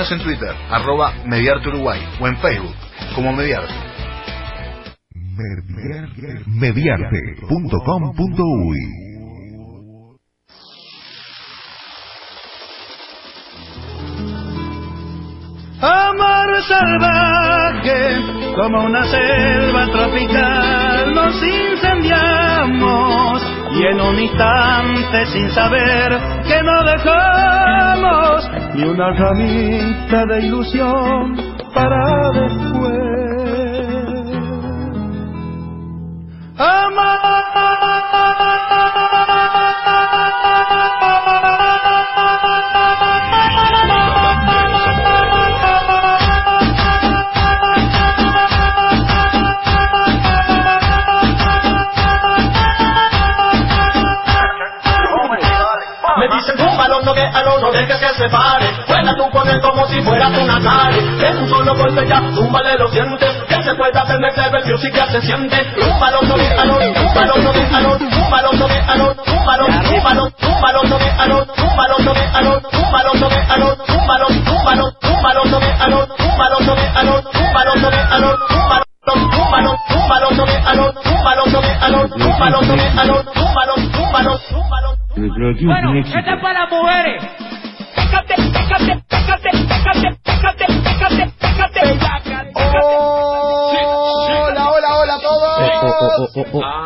en Twitter, arroba Mediarte Uruguay o en Facebook como Mediarte. mediarte.com.uy Amor salvaje, como una selva tropical, nos incendiamos y en un instante sin saber que no dejamos ni una ramita de ilusión para después. Me dicen tumba al hondo que al hondo de que se separe. Juega tú con él como si fueras una cari. Es un solo golpe ya, túmbale los dientes. Que se pueda aprender que el music ya se siente. Tumba al hondo que al hondo, tumba al hondo que al hondo, tumba al hondo que al hondo, tumba al hondo, tumba al hondo, tumba al hondo que al hondo, tumba al hondo que al hondo, tumba al hondo que al hondo, tumba al hondo, tumba al hondo, tumba al hondo que al hondo, tumba al hondo que al hondo, tumba al hondo que al hondo, tumba al hondo, tumba al hondo, tumba al hondo que al hondo, tumba al hondo que al hondo, tumba al hondo que al hondo, tumba al hondo, tumba al hondo, tumba al hondo. Bueno, esta es para las mujeres. Pécate, pécate, pécate, pécate, pécate, pécate, pécate, pécate. Hola, hola, hola a todos.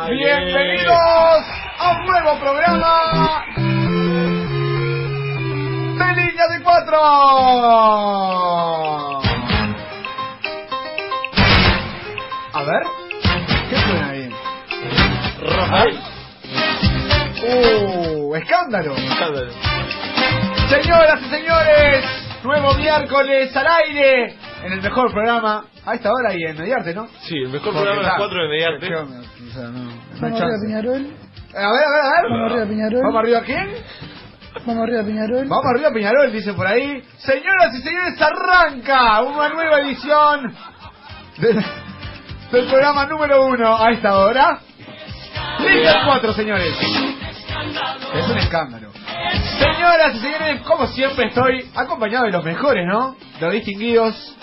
Bienvenidos a un nuevo programa de Línea de Cuatro. A ver, ¿qué suena bien? ¡Uh! ¡Escándalo! Señoras y señores, nuevo miércoles al aire en el mejor programa a esta hora y en Mediarte, ¿no? Sí, el mejor Porque, programa de las claro, 4 de mediarte. yo me- o sea, no, no hay Vamos arriba chance. Peñarol, Eh, A ver, a ver, a ver. Vamos arriba, Peñarol. ¿Vamos arriba quién? vamos arriba Peñarol. Vamos arriba Peñarol, dice por ahí. Señoras y señores, arranca una nueva edición del, del programa número uno a esta hora. Liga 4, señores. Es un escándalo. Señoras y señores, como siempre estoy acompañado de los mejores, ¿no? Los distinguidos.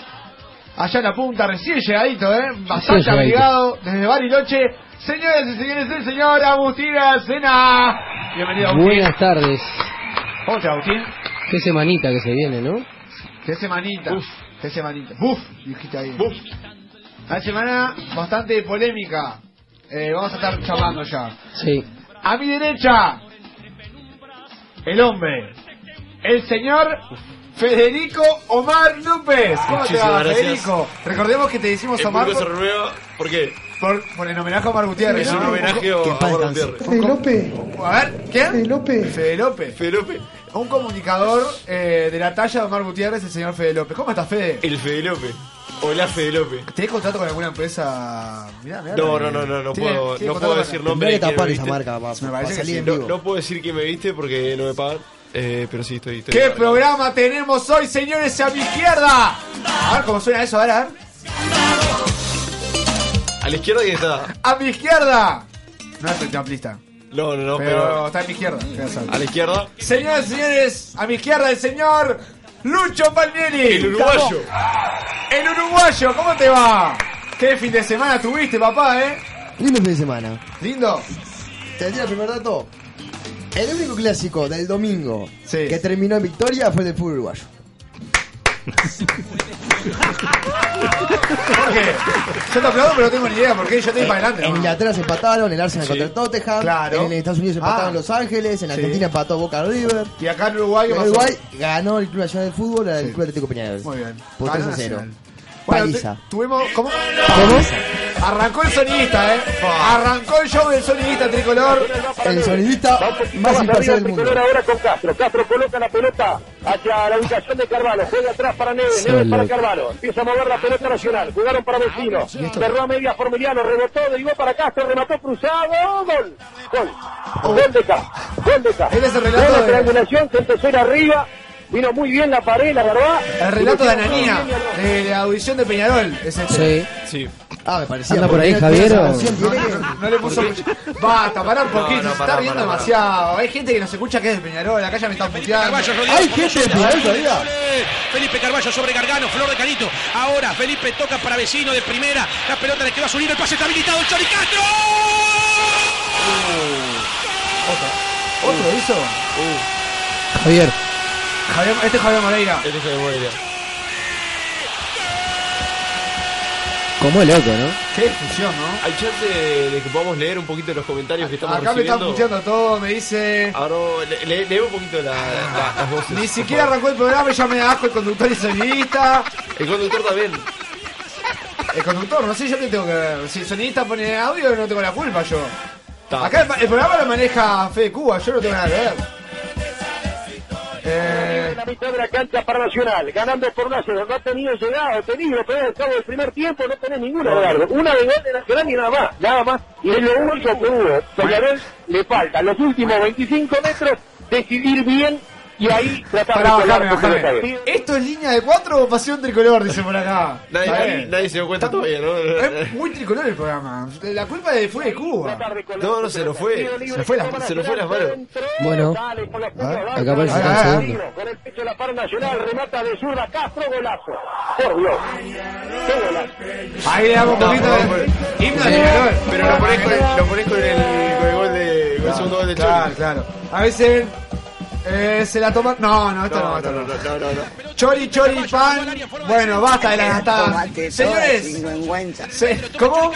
Allá en la punta, recién llegadito, ¿eh? Bastante abrigado desde Bariloche. Señoras y señores, el señor Agustín Arcena. Bienvenido, Agustín. Buenas tardes. ¿Cómo te va, Agustín? Qué semanita que se viene, ¿no? Qué semanita. Qué semanita. Buf, dijiste ahí. Una semana bastante polémica. Eh, vamos a estar charlando ya. Sí. A mi derecha, el hombre, el señor Federico Omar López. ¿Cómo te va, Muchísimas gracias. Federico? Recordemos que te decimos El Omar público se por, renueva porque por, por el homenaje a Omar Gutiérrez. es un ¿no? homenaje a Omar Gutiérrez. Fede López, A ver, Fede ¿quién? López. Fede López. Fede López, Un comunicador eh, de la talla de Omar Gutiérrez, el señor Fede López. ¿Cómo estás, Fede? el Fede López. Hola Fede López. ¿Tenés contrato con alguna empresa? Mirá, mirá, No, la- no, no, no, no ¿Tiene- puedo, tiene no contrato puedo con- decir Tendré nombre. que quién tapar me esa viste. marca para, Me parece que salir sí. en No, vivo. no puedo decir que me viste porque no me pagan. Eh, pero sí, estoy. estoy ¿Qué marcado. programa tenemos hoy, señores, a mi izquierda? A ver cómo suena eso, a ver, a ver. A la izquierda que está. ¡A mi izquierda! No es el champlista, No, no, no, pero, pero. está a mi izquierda. ya saben. A la izquierda, Señoras y señores, a mi izquierda el señor Lucho Palmieri. el uruguayo. El uruguayo, ¿cómo te va? ¿Qué fin de semana tuviste, papá, eh? Lindo fin de semana. ¿Lindo? Te decía el primer dato. El único clásico del domingo Sí. que terminó en victoria fue el del fútbol uruguayo. ¿Por qué? Yo te aplaudo, pero no tengo ni idea por qué. Yo estoy para adelante. En nomás. Inglaterra se empataron, el Arsenal Sí. contra el Tottenham, Ah. Claro. en Estados Unidos se empataron Ah. Los Ángeles, en Sí. Argentina empató Boca River. Y acá en Uruguay, ¿qué En pasó? Uruguay ganó el Club Nacional de Fútbol al Sí. Club Atlético Peñarol. Muy bien. Por Ganó 3 a 0. Nacional. Bueno, Paliza. tu- tuvimos. ¿Cómo? ¿Cómo? Arrancó el sonidista, ¿eh? Arrancó el show del sonidista tricolor. El sonidista más imparcial del mundo. Ahora con Castro. Castro coloca la pelota hacia la ubicación de Carvalho. Juega atrás para Neves. Neves para Carvalho. Empieza a mover la pelota nacional. Jugaron para Vecino. Cerró a media por Emiliano. Rebotó. Derivó para Castro. Remató cruzado. Gol. Gol. Gol de Castro. Gol de Castro. Él es el relato Buena de- triangulación. Se empezó a ir arriba. Vino muy bien la pared, la verdad. El relato de Ananía, de la audición de Peñarol. Es este. Sí. Sí. Ah, me parecía. Anda por ahí, porque tiene esa Javier, o- canción, No, tiene- no, no le puso mucho. Basta, pará un poquito, No, no, se está pará, riendo pará, pará. demasiado. Hay gente que nos escucha que es de Peñarol, acá ya me están puteando. Hay gente de Peñarol todavía. Felipe Carballo sobre Gargano, Flor de Canito. Ahora Felipe toca para vecino de primera. La pelota le quedó a su el pase está habilitado, el Chori Castro. ¿Otro hizo? Javier, Javier- este es Javier Moreira. Este es el Moreira. como loco, ¿no? Qué discusión, ¿no? ¿Hay chance de, de que podamos leer un poquito los comentarios que estamos Acá me están recibiendo? puteando todo, me dice. Ahora le, le- leo un poquito la- la- las voces. Ni siquiera arrancó el programa y ya me da asco el conductor y sonidista. El conductor también. El conductor, no sé yo qué tengo que ver. Si el sonidista pone audio, no tengo la culpa yo. Ta. Acá el, pa- el programa lo maneja Fede Cuba, yo no tengo nada que ver. Eh, la mitad de la cancha para Nacional, ganando por una cero. No ha tenido llegada, ha tenido, pero al cabo del primer tiempo no tenés ninguna, Eduardo. Una de gol de Nacional y nada más, nada más. Y es lo único que hubo. Peñarol le falta los últimos 25 metros decidir bien y ahí pará, tratar de bajame, colar tu pelota bajame. bien. ¿Esto es línea de cuatro o pasión tricolor? Dice por acá. Nadie, Está nadie- bien. nadie se dio cuenta todavía, Es ¿no? muy tricolor el programa. La culpa de fue de Cuba. Tratar de colar No, tu no, se lo pelota. fue. Tiro libre Se fue que la- toma se lo fue las Nacional, manos. centro, Bueno. dale con la punta A ver, abajo, acá que parece dale, están dale, segundo. tiro, Con el pecho la para Nacional, remata de zurda Castro, golazo. Por Dios. Qué golazo. Ahí le damos un poquito no, de. Himno de Peñarol. Pero lo pones con el, lo pones con el, con el gol de. Con el segundo gol de Chori. Claro, claro. A veces. eh, se la toman. No, no, esto no, No, esto no, no. no, no, no, no. Chori, chori, pan. Bueno, basta de la gastada. Señores, se- ¿cómo?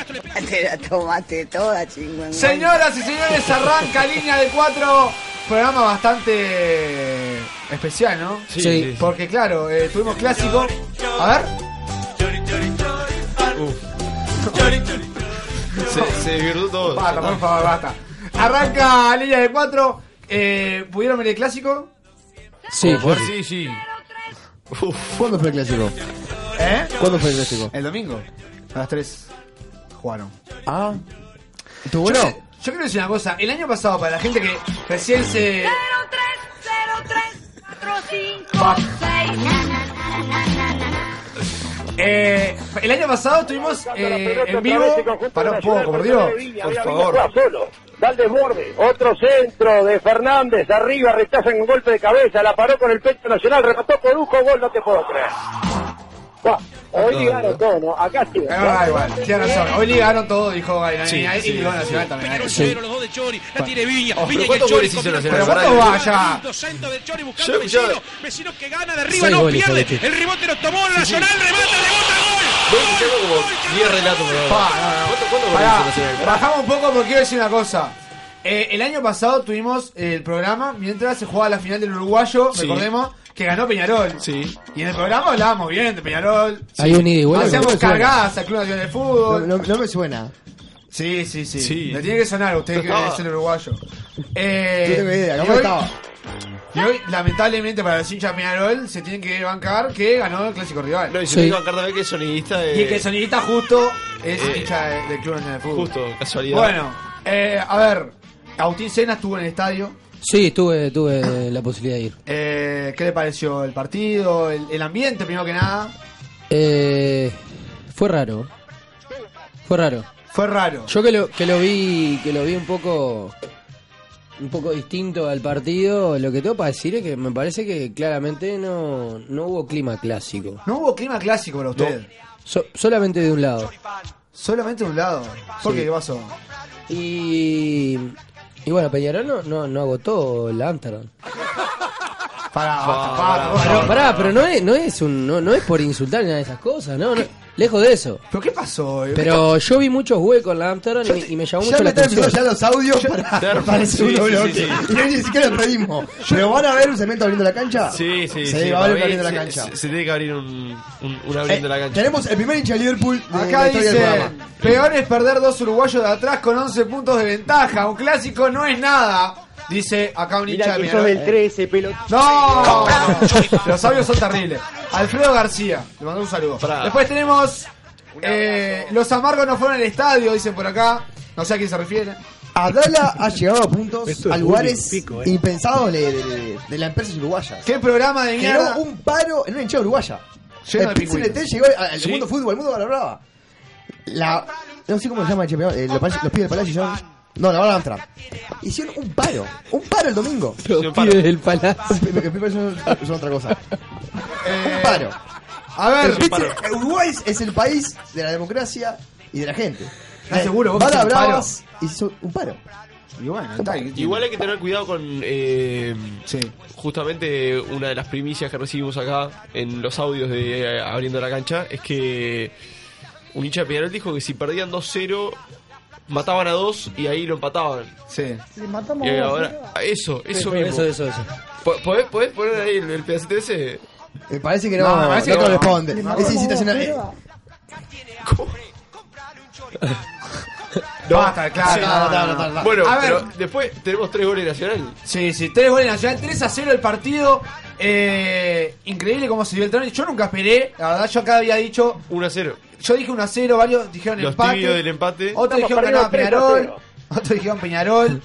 tomate toda, chingüengüenza. Señoras y señores, arranca línea de cuatro. Programa bastante especial, ¿no? Sí. Sí, sí, sí. Porque claro, eh, tuvimos clásico. A ver. Se, se desvirtuó todo. Basta, por favor, basta. Arranca línea de cuatro. Eh, ¿Pudieron ver el clásico? Sí, Sí, sí. ¿Cuándo fue el clásico? ¿Eh? ¿Cuándo fue el clásico? El domingo. A las 3 jugaron. Ah. ¿Tú bueno? Yo, yo quiero decir una cosa. El año pasado, para la gente que recién se. Eh, el año pasado estuvimos eh, en vivo. Para un poco, por Dios. Por favor. Da el desborde. Otro centro de Fernández. Arriba rechazan un golpe de cabeza. La paró con el pecho nacional. Remató Corujo. Gol, no te puedo creer. Va, hoy llegaron todos, ¿no? Acá sí. Es verdad, Ah, igual. Tiene razón. Hoy ligaron todo, dijo Gainani. y ligó Nacional también. ahí. los dos de Chori, la tiene Viña. Viña ¿Pero cuántos goles hizo Nacional? Pero ¿cuánto Pará, vaya? Docento del Chori buscando Yo- yo- vecino. Vecino que gana de arriba, Seis no goles, pierde. Paletti. El rebote lo tomó Nacional, remata, rebota, Voy gol. escuchando Gol, como gol, que 10 gana, relatos. gol. pero- Pa, no, no. ¿Cuánto- cuánto Pará, goles hizo Nacional? bajamos un poco porque quiero decir una cosa. Eh, el año pasado tuvimos eh, el programa mientras se jugaba la final del uruguayo, Sí. recordemos, que ganó Peñarol. Sí. Y en el programa hablábamos bien de Peñarol. Hay un ida y vuelta. Hacíamos Bueno, cargadas al Club Nacional de No, Fútbol. no- no me suena. Sí, sí, sí, Sí. Le tiene que sonar a usted que Estaba. es el uruguayo. Eh, No tengo idea. y ¿Cómo hoy- estaba? y hoy, lamentablemente, para los hinchas de Peñarol se tienen que bancar que ganó el clásico rival. No, y se Sí. me iba a carta que es sonidista. eh, y que el sonidista justo es eh, hincha de- del Club Nacional de Fútbol. Justo, casualidad. Bueno, eh, a ver, Agustín Sena estuvo en el estadio. Sí, tuve, tuve la posibilidad de ir. Eh, ¿Qué le pareció el partido? El, el ambiente, primero que nada. Eh, fue raro. Fue raro. Fue raro. Yo que lo, que lo vi, que lo vi un poco, un poco distinto al partido, lo que tengo para decir es que me parece que claramente no, no hubo clima clásico. No hubo clima clásico para usted. So- solamente de un lado. Solamente de un lado. ¿Por Sí. qué? ¿Qué pasó? Y, y bueno, Peñarol no, no, no agotó la Amsterdam. Para, Ah, Pará, pará, Pero, pará, pero no es, no es un, no, no es por insultar ni nada de esas cosas, no, no, lejos de eso. ¿Pero qué pasó? eh? Pero yo vi muchos huecos en la Amsterdam y, me- y me llamó Ya mucho la me atención. terminó ya los audios para, Claro, para el sí, segundo sí, bloque. sí, Y hoy ni siquiera lo pedimos. ¿Pero van a ver un cemento abriendo la cancha? Sí, sí, Se sí. va a haber un para mí abriendo la se- cancha. Se, se tiene que abrir un, un, un Eh, abriendo la cancha. tenemos el primer hincha de Liverpool Acá de la historia del dice, programa. peor es perder dos uruguayos de atrás con 11 puntos de ventaja. Un clásico no es nada. Dice acá un hincha de Mineros. 13, pelotón. ¡No! Los sabios son terribles. Alfredo García, le mando un saludo. Pará. Después tenemos... eh, los amargos no fueron al estadio, dicen por acá. No sé a quién se refiere. Adala ha llegado a puntos, Esto es a lugares bullying pico, eh. impensados de, de- de las empresas uruguayas. ¿Qué programa de mierda? Generó un paro en una hinchada uruguaya. Lleno de el pingüinos. PCNT llegó al al Sí. mundo fútbol, al mundo de la brava. La, no sé cómo se llama el campeón, eh, los, pal- los pibes del Palacio hicieron- No, la van a entrar. Hicieron un paro, un paro el domingo. Los pibes del palacio. Los pibes son, son otra cosa. Eh, Un paro. A ver, Viste, Uruguay es el país de la democracia y de la gente. ¿Estás seguro? ¿Vos Van a hiciste un bravas, hizo un paro. Y bueno, está ahí. Igual hay que tener cuidado con eh, Sí. justamente una de las primicias que recibimos acá en los audios de eh, Abriendo la Cancha es que un hincha de Peñarol dijo que si perdían 2-0 mataban a dos y ahí lo empataban. Sí. Y ahora, eso, Ah, eso mismo. Eso, eso, eso. Po- ¿Podés, podés poner ahí el, el pedacito ese? Me parece que no, No, me no, parece que no. corresponde. Es incitacional. eh, Basta, claro. Sí, no, no, no, no. no, no, no. Bueno, A pero ver. después tenemos tres goles de nacional. Sí, sí, tres goles nacional, 3 a 0 el partido. Eh, increíble cómo se dio el trámite. Yo nunca esperé, la verdad, yo acá había dicho. 1-0. Yo dije 1 a 0, varios dijeron Los empate. tibios del empate. Otros Estamos dijeron ganaba perdiendo tres a Peñarol. Otros dijeron Peñarol.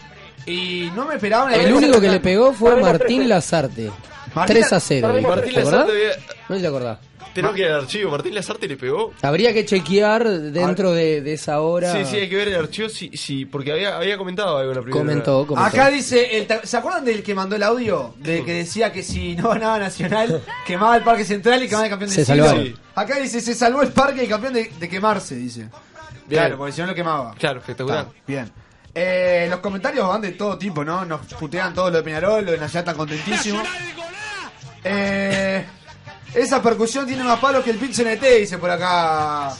Y no me esperaban. El único que le pegó fue Martín Lazarte. Martín- 3 a 0. Martín ¿Te acordás? Lazarte había- No te acordás. Tenemos que ir al archivo. Martín Lazarte le pegó. Habría que chequear dentro de, de esa hora. Sí, sí, hay que ver el archivo. Sí, sí, porque había, había comentado algo en la primera. Comentó, comentó. Acá dice, el ta- ¿se acuerdan del que mandó el audio? De que decía que si no ganaba Nacional, quemaba el Parque Central y quemaba el campeón de Se siglo. salvaron. Acá dice, se salvó el parque y el campeón de, de quemarse, dice. Claro, porque si no lo quemaba. Claro, espectacular. Está, bien. Eh, los comentarios van de todo tipo, ¿no? Nos putean todo lo de Peñarol, lo de Nacional tan contentísimo. Eh, esa percusión tiene más palos que el pinche NT, dice por acá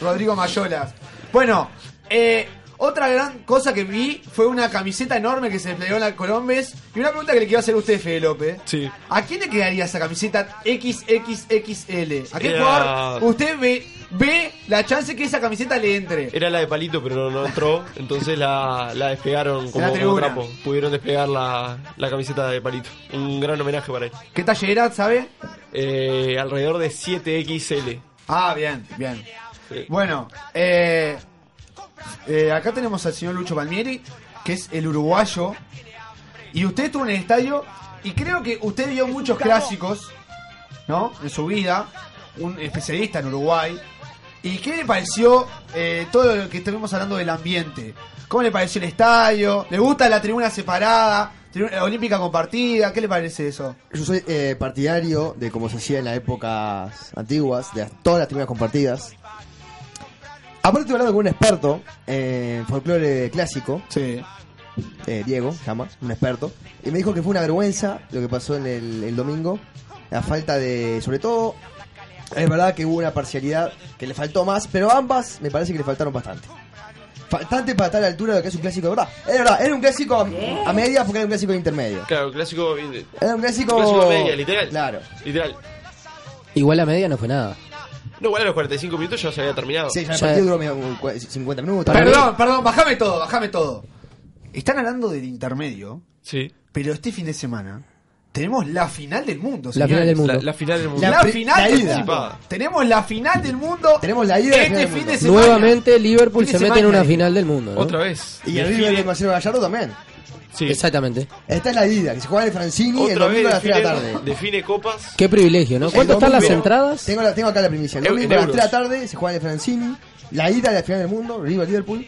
Rodrigo Mayolas. Bueno, eh, otra gran cosa que vi fue una camiseta enorme que se desplegó en la Colombes. Y una pregunta que le quiero hacer a usted, Fede López. Sí. ¿A quién le quedaría esa camiseta XXXL? ¿A qué Era- jugador usted ve, ve la chance que esa camiseta le entre? Era la de Palito, pero no, no entró. Entonces la, la despegaron como, la como tribuna. trapo. Pudieron despegar la, la camiseta de Palito. Un gran homenaje para él. ¿Qué talle era, sabe? Eh, alrededor de 7XL. Ah, bien, bien. Sí. Bueno, eh, eh, acá tenemos al señor Lucho Palmieri, que es el uruguayo. Y usted estuvo en el estadio y creo que usted vio muchos clásicos, ¿no? En su vida, un especialista en Uruguay. ¿Y qué le pareció eh, todo lo que estuvimos hablando del ambiente? ¿Cómo le pareció el estadio? ¿Le gusta la tribuna separada? Tribuna- eh, olímpica compartida? ¿Qué le parece eso? Yo soy eh, partidario de como se hacía en las épocas antiguas, de las- todas las tribunas compartidas. Aparte estoy hablando con un experto en folclore clásico, Sí. eh, Diego, llama, un experto, y me dijo que fue una vergüenza lo que pasó en el, el domingo, la falta de, sobre todo, es verdad que hubo una parcialidad que le faltó más, pero ambas me parece que le faltaron bastante. Faltante para estar a la altura de lo que es un clásico de verdad. Es verdad, era un clásico a, a media porque era un clásico intermedio. Claro, clásico. eh, Era un clásico... Clásico a media, literal. Claro. Literal. Igual la media no fue nada. No, igual a los 45 minutos ya se había terminado. Sí, ya el Ya- partido duró medio como cua- 50 minutos. Para Perdón, perdón, bájame todo, bájame todo. Están hablando del intermedio, Sí. pero este fin de semana tenemos la final del mundo. La señores. final del mundo. La, la final del mundo. La, La pri- final la del ida. mundo. Tenemos la final del mundo. Tenemos la ida y la este final del fin mundo. de semana. Nuevamente Liverpool Fin se de mete en semana. una final del mundo. ¿no? Otra vez. Y el River de Desfile- Marcelo Gallardo también. Sí. Exactamente. Esta es la ida, que se juega en el Francini el Otra vez domingo a las 3 de la define, tarde. define copas. Qué privilegio, ¿no? El ¿Cuánto están las domingo- entradas? Tengo, la- tengo acá la primicia. El Eu- domingo en a las 3 de la euros. tarde se juega en el Francini. La ida de la final del mundo, River-Liverpool.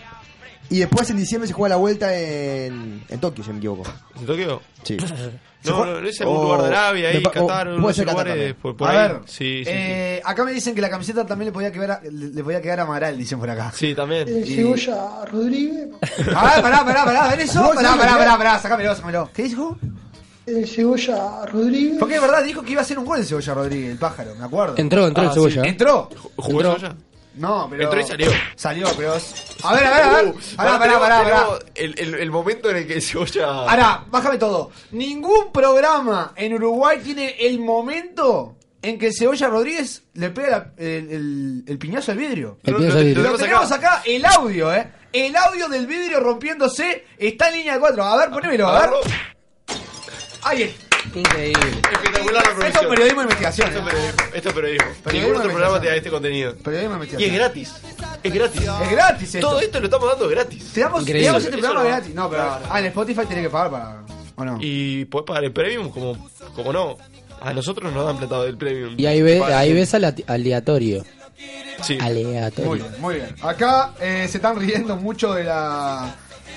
Y después en diciembre se juega la vuelta en, en Tokio, si no me equivoco. ¿En Tokio? Sí. Se No, fue- no, no es algún o- lugar de Arabia, ahí, me pa- o Qatar, puede unos ser Qatar lugares también. por, por a ahí. ver, Sí, sí, eh, acá me dicen que la camiseta también le podía quedar a, le, le podía quedar a Amaral, dicen por acá. sí. Sí, también. El cebolla Rodríguez. A ver, pará, pará, pará, ¿ven eso? No, Pará, sí, pará, mirá. pará, pará, sácamelo, sácamelo. ¿Qué dijo? el Cebolla Rodríguez. Porque es verdad, dijo que iba a hacer un gol el Cebolla Rodríguez, el pájaro, me acuerdo. Entró, entró el Cebolla. ¿Entró? ¿Jugó Entró. el Cebolla? No, pero. Entró y salió. Salió, pero. A ver, a ver, a ver. Uh, Pará, pará, tenemos- pará, pará. tenemos El, el- el momento en el que el Cebolla. Ahora, bájame todo. Ningún programa en Uruguay tiene el momento en que el Cebolla Rodríguez le pega la- el, el- el piñazo al vidrio. El piñazo al vidrio. Lo tenemos acá, el audio, ¿eh? El audio del vidrio rompiéndose está en línea 4. A ver, ponémelo, a ver. Ahí es. Increíble. Espectacular la Esto es producción. periodismo de investigación. Esto ¿eh? es periodismo. Esto es periodismo. Periodismo de Ningún otro programa investigación. te da este contenido. Periodismo de Y es investigación. gratis. Es gratis. Es gratis esto. Todo esto lo estamos dando gratis. Te damos, te Increíble. damos este Eso programa no. gratis. No, pero ah, en Spotify tenés que pagar para. ¿O no? Y podés pagar el premium, como, como no. A nosotros nos dan plata del premium. Y ahí, ve, Vale. ahí ves al ati- aleatorio. Sí. Aleatorio. Muy bien, muy bien. Acá eh, se están riendo mucho de la.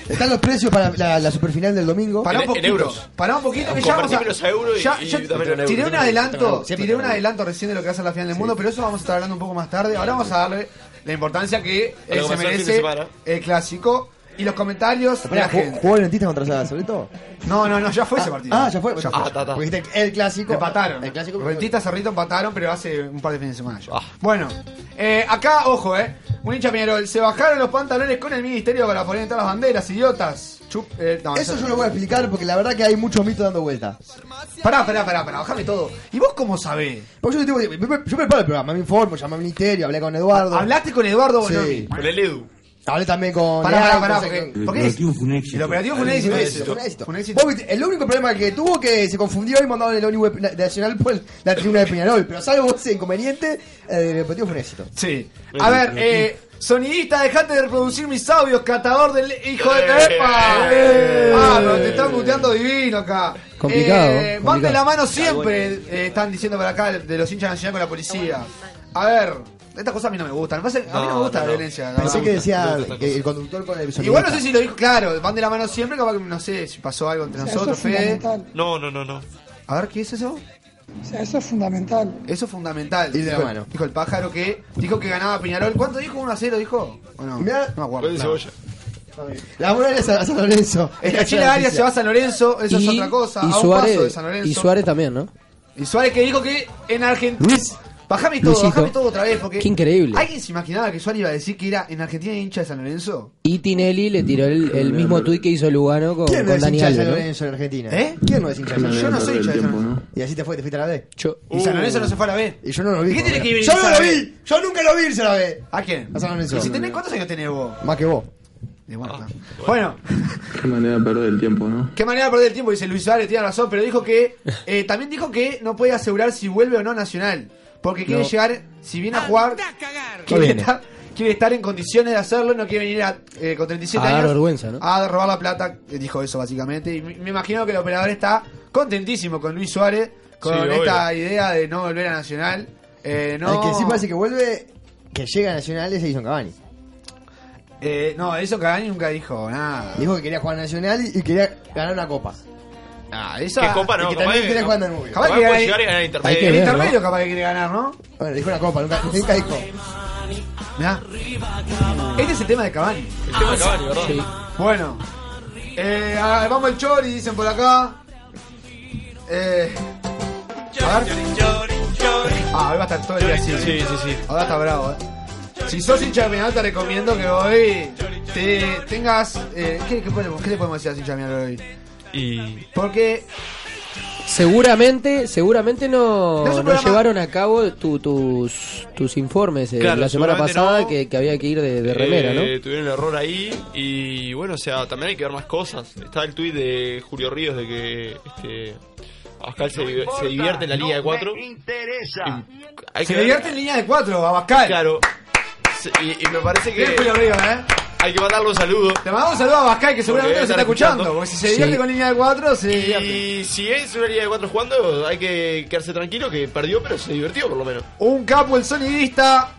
Están los precios para la, la superfinal del domingo. Pará un En- en poquito. euros. Pará un poquito que ya vamos Convertímelos a euro y- ya- y ya- dámelo en euro. tiré un adelanto, Siempre tiré un te lo- adelanto recién de lo que hace la final del mundo, pero eso vamos a estar hablando un poco más tarde. Ahora vamos a darle la importancia que eh, A lo que se pasó el fin de merece semana. el clásico y los comentarios de Pará, la ¿jugó- gente. ¿Jugó el dentista contra Saga Cerrito? No, no, no, ya fue ese partido. Ah, ya fue. Ya Ah, ta, ta. Porque dijiste el clásico. Empataron. El clásico. Rentista Cerrito empataron, pero hace un par de fines de semana ya. Ah. Bueno, eh, acá, ojo, eh. Un hincha Peñarol, se bajaron los pantalones con el ministerio para poner en todas las banderas, idiotas. Chup, eh, no, Eso ya- yo lo voy a explicar porque la verdad que hay muchos mitos dando vuelta. Pará, pará, pará, pará, bajame todo. ¿Y vos cómo sabés? Porque yo, tengo, yo preparo el programa, me informo, llamé al ministerio, hablé con Eduardo. ¿Hablaste con Eduardo Bonomi? Sí. Con el Edu. Hablé también con. Pará, pará, Leandro, pará, sé que- porque, porque es- fue un éxito. El operativo fue un Fue éxito. un éxito, fue un éxito. Fue un éxito. Vos viste, El único problema que tuvo que se confundió y mandaron el ómnibus de- nacional por la tribuna de Peñarol. Pero salvo ese inconveniente, eh, el objetivo fue un éxito. Sí. A ver, eh, sonidista, dejate de reproducir mis audios, catador del hijo de Eh. Pepa. Eh. Ah, pero te están muteando divino acá. Complicado, Eh, complicado. van de la mano siempre, eh, están diciendo por acá de los hinchas nacional con la policía. A ver, estas cosas a mí no me gustan. Además, A mí no me gusta la violencia. la Pensé verdad. que decía me gusta que el conductor con el Igual no sonidista. sé si lo dijo, claro, van de la mano siempre, capaz que no sé si pasó algo entre O sea, eso nosotros, es Fede. fundamental. No, no, no, no. A ver, ¿qué es eso? O sea, eso es fundamental. Eso es fundamental. Ir de la dijo, mano. dijo el pájaro que dijo que ganaba Peñarol. ¿Cuánto dijo? ¿1 a 0 dijo? ¿O no? Mirá, no me acuerdo. Con el Claro. Cebolla. La moral es a, a San Lorenzo. El Cachila Arias se va a San Lorenzo, eso y, es otra cosa. y a un Suárez, paso de San Lorenzo. y Suárez también, ¿no? Y Suárez que dijo que en Argentina. Luis. Bajame todo, Luisito. bajame todo otra vez. Porque Qué increíble. ¿Alguien se imaginaba que Suárez iba a decir que era en Argentina hincha de San Lorenzo? Y Tinelli le tiró el, el mismo tuit que hizo Lugano con, ¿Quién no con es Dani hincha de San Alves, ¿no? Lorenzo en Argentina? ¿Eh? ¿Quién no es hincha de San Yo Lorenzo? no soy hincha de San Lorenzo. Y así te fuiste, te fuiste a la B. Yo- Y San Lorenzo no se fue a la B. Y yo no lo vi. ¿Y qué tiene joder. que ver irse ¡Yo no a la lo B? vi! ¡Yo nunca lo vi irse a la B! ¿A quién? A San Lorenzo. ¿Y si tenés, ¿Cuántos años tenés vos? Más que vos. De vuelta. Bueno, Qué manera de perder el tiempo, ¿no? qué manera de perder el tiempo, dice Luis Suárez, tiene razón, pero dijo que. eh, también dijo que no puede asegurar si vuelve o no Nacional. Porque quiere llegar, si viene a jugar, quiere viene. estar, quiere estar en condiciones de hacerlo, no quiere venir a, eh, con 37 A dar años vergüenza, ¿no? a robar la plata. eh, Dijo eso básicamente. Y me me imagino que el operador está contentísimo con Luis Suárez, con Sí, obvio. esta idea de no volver a Nacional. Eh, no, El que sí parece que vuelve, que llega a Nacional es Edison Cavani. eh, no, eso Cavani nunca dijo nada. Dijo que quería jugar a Nacional y quería ganar una copa. Ah, esa- ¿Qué copa y no? que capaz eh, también que- quería jugar a Danubio. Capaz capaz que puede hay- llegar y ganar hay que El ver. intermedio. intermedio capaz que quiere ganar, ¿no? Bueno, dijo una copa, nunca, nunca dijo. Mirá. Este es el tema de Cavani. El tema de Cavani, ¿verdad? Bueno, eh, a- vamos el Chori, dicen por acá. Eh, a ver. Ah, hoy va a estar todo el día así. Sí, sí, sí. Ahora está bravo, eh. Si sos hincha de Peñarol, te recomiendo que hoy te tengas. Eh, ¿qué, qué podemos- qué le podemos decir a los hinchas de Peñarol hoy? Y. Porque Seguramente, seguramente no, No es un no programa- llevaron a cabo tu- tus, tus informes eh, Claro, la semana seguramente pasada no. que, que había que ir de, de remera, eh, Tuvieron el error ahí. Y bueno, o sea, también hay que ver más cosas. Está el tuit de Julio Ríos de que. Este, Abascal se, divi- se divierte en la línea de 4. interesa. Hay se ver- divierte en línea de cuatro, Abascal. Claro. Se- Y, y me parece que Bien, Julio Ríos, eh. hay que mandarle un saludo. Te mandamos un saludo a Abascal, que seguramente debe nos estar está escuchando. escuchando. Porque si se divierte Sí. con línea de cuatro, se divierte. Y si es una línea de 4 jugando, hay que quedarse tranquilo que perdió, pero se divirtió por lo menos. Un capo el sonidista.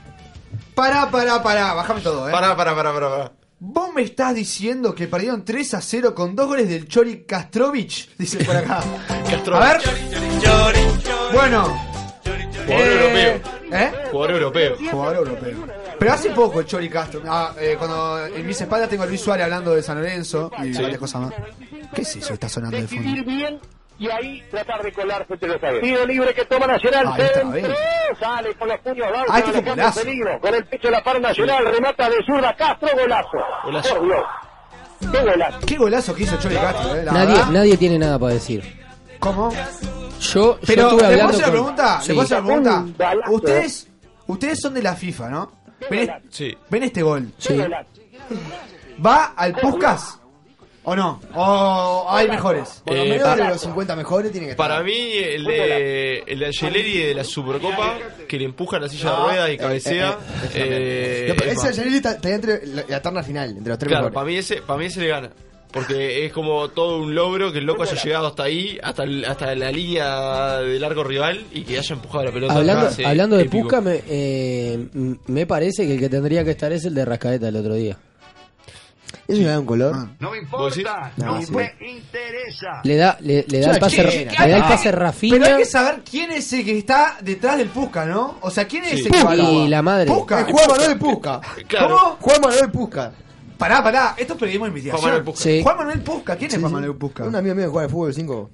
Pará, pará, pará. Bajame todo, eh. Pará, pará, pará, pará. pará. Vos me estás diciendo que perdieron 3 a 0 con dos goles del Chori Kastrovich. Dice por acá. Castro. A ver. Bueno. Jugador eh, europeo. ¿Eh? Jugador europeo. Jugador europeo. Pero hace poco el Chori Castro. ah, eh, cuando en mis espaldas tengo a Luis Suárez hablando de San Lorenzo y varias cosas más. ¿Qué es eso? Está sonando de fondo. y ahí tratar de colarse entre los aires. Tiro libre que toma Nacional, Ahí está, centro, sale con los puños de Ay, qué alejando el golazo. peligro, con el pecho de la par Nacional, remata de zurda, Castro, golazo. Golazo. Por Dios. Qué golazo. Qué golazo que hizo Chori Castro, eh, la Nadie, verdad. nadie tiene nada para decir. ¿Cómo? Yo, Pero, yo ¿le estuve puedo hablando hacer la con- pregunta? ¿Le Sí. puedo hacer la pregunta? Ustedes, ustedes son de la FIFA, ¿no? Ven, ven este gol. Sí. ¿Va al Puskas? ¿O no? ¿O hay mejores? Por lo Eh, menos para- de los 50 mejores tiene que estar. Para mí, el de, el de Angeleri de la Supercopa, que le empuja la silla de No, rueda eh, y cabecea. eh, No, pero es ese más. Angelini está- estaría entre la, la terna final, entre los tres Claro, mejores. para mí, ese, para mí ese le gana. Porque es como todo un logro que el loco haya llegado hasta ahí, hasta, el- hasta la línea del arco rival y que haya empujado la pelota. Hablando, atrás, eh, hablando de épico. Pusca, me, eh, m- me parece que el que tendría que estar es el de Rascaeta el otro día. ¿Eso le da un color? Ah, No me importa. No, sí. Le da, le, le da el pase, Che, le da el pase Rafinha. Pero hay que saber quién es el que está detrás del Pusca, ¿no? O sea, quién es Sí. el que Pusca. evalúa? Y la madre. Pusca. Es Juan Manuel Pusca. Claro. ¿Cómo? Juan Manuel Pusca. Pará, pará. Esto es periodismo de investigación. Juan Manuel Pusca. Sí. Juan Manuel Pusca. ¿Quién es Juan Manuel Pusca? Un amigo mío que juega al fútbol 5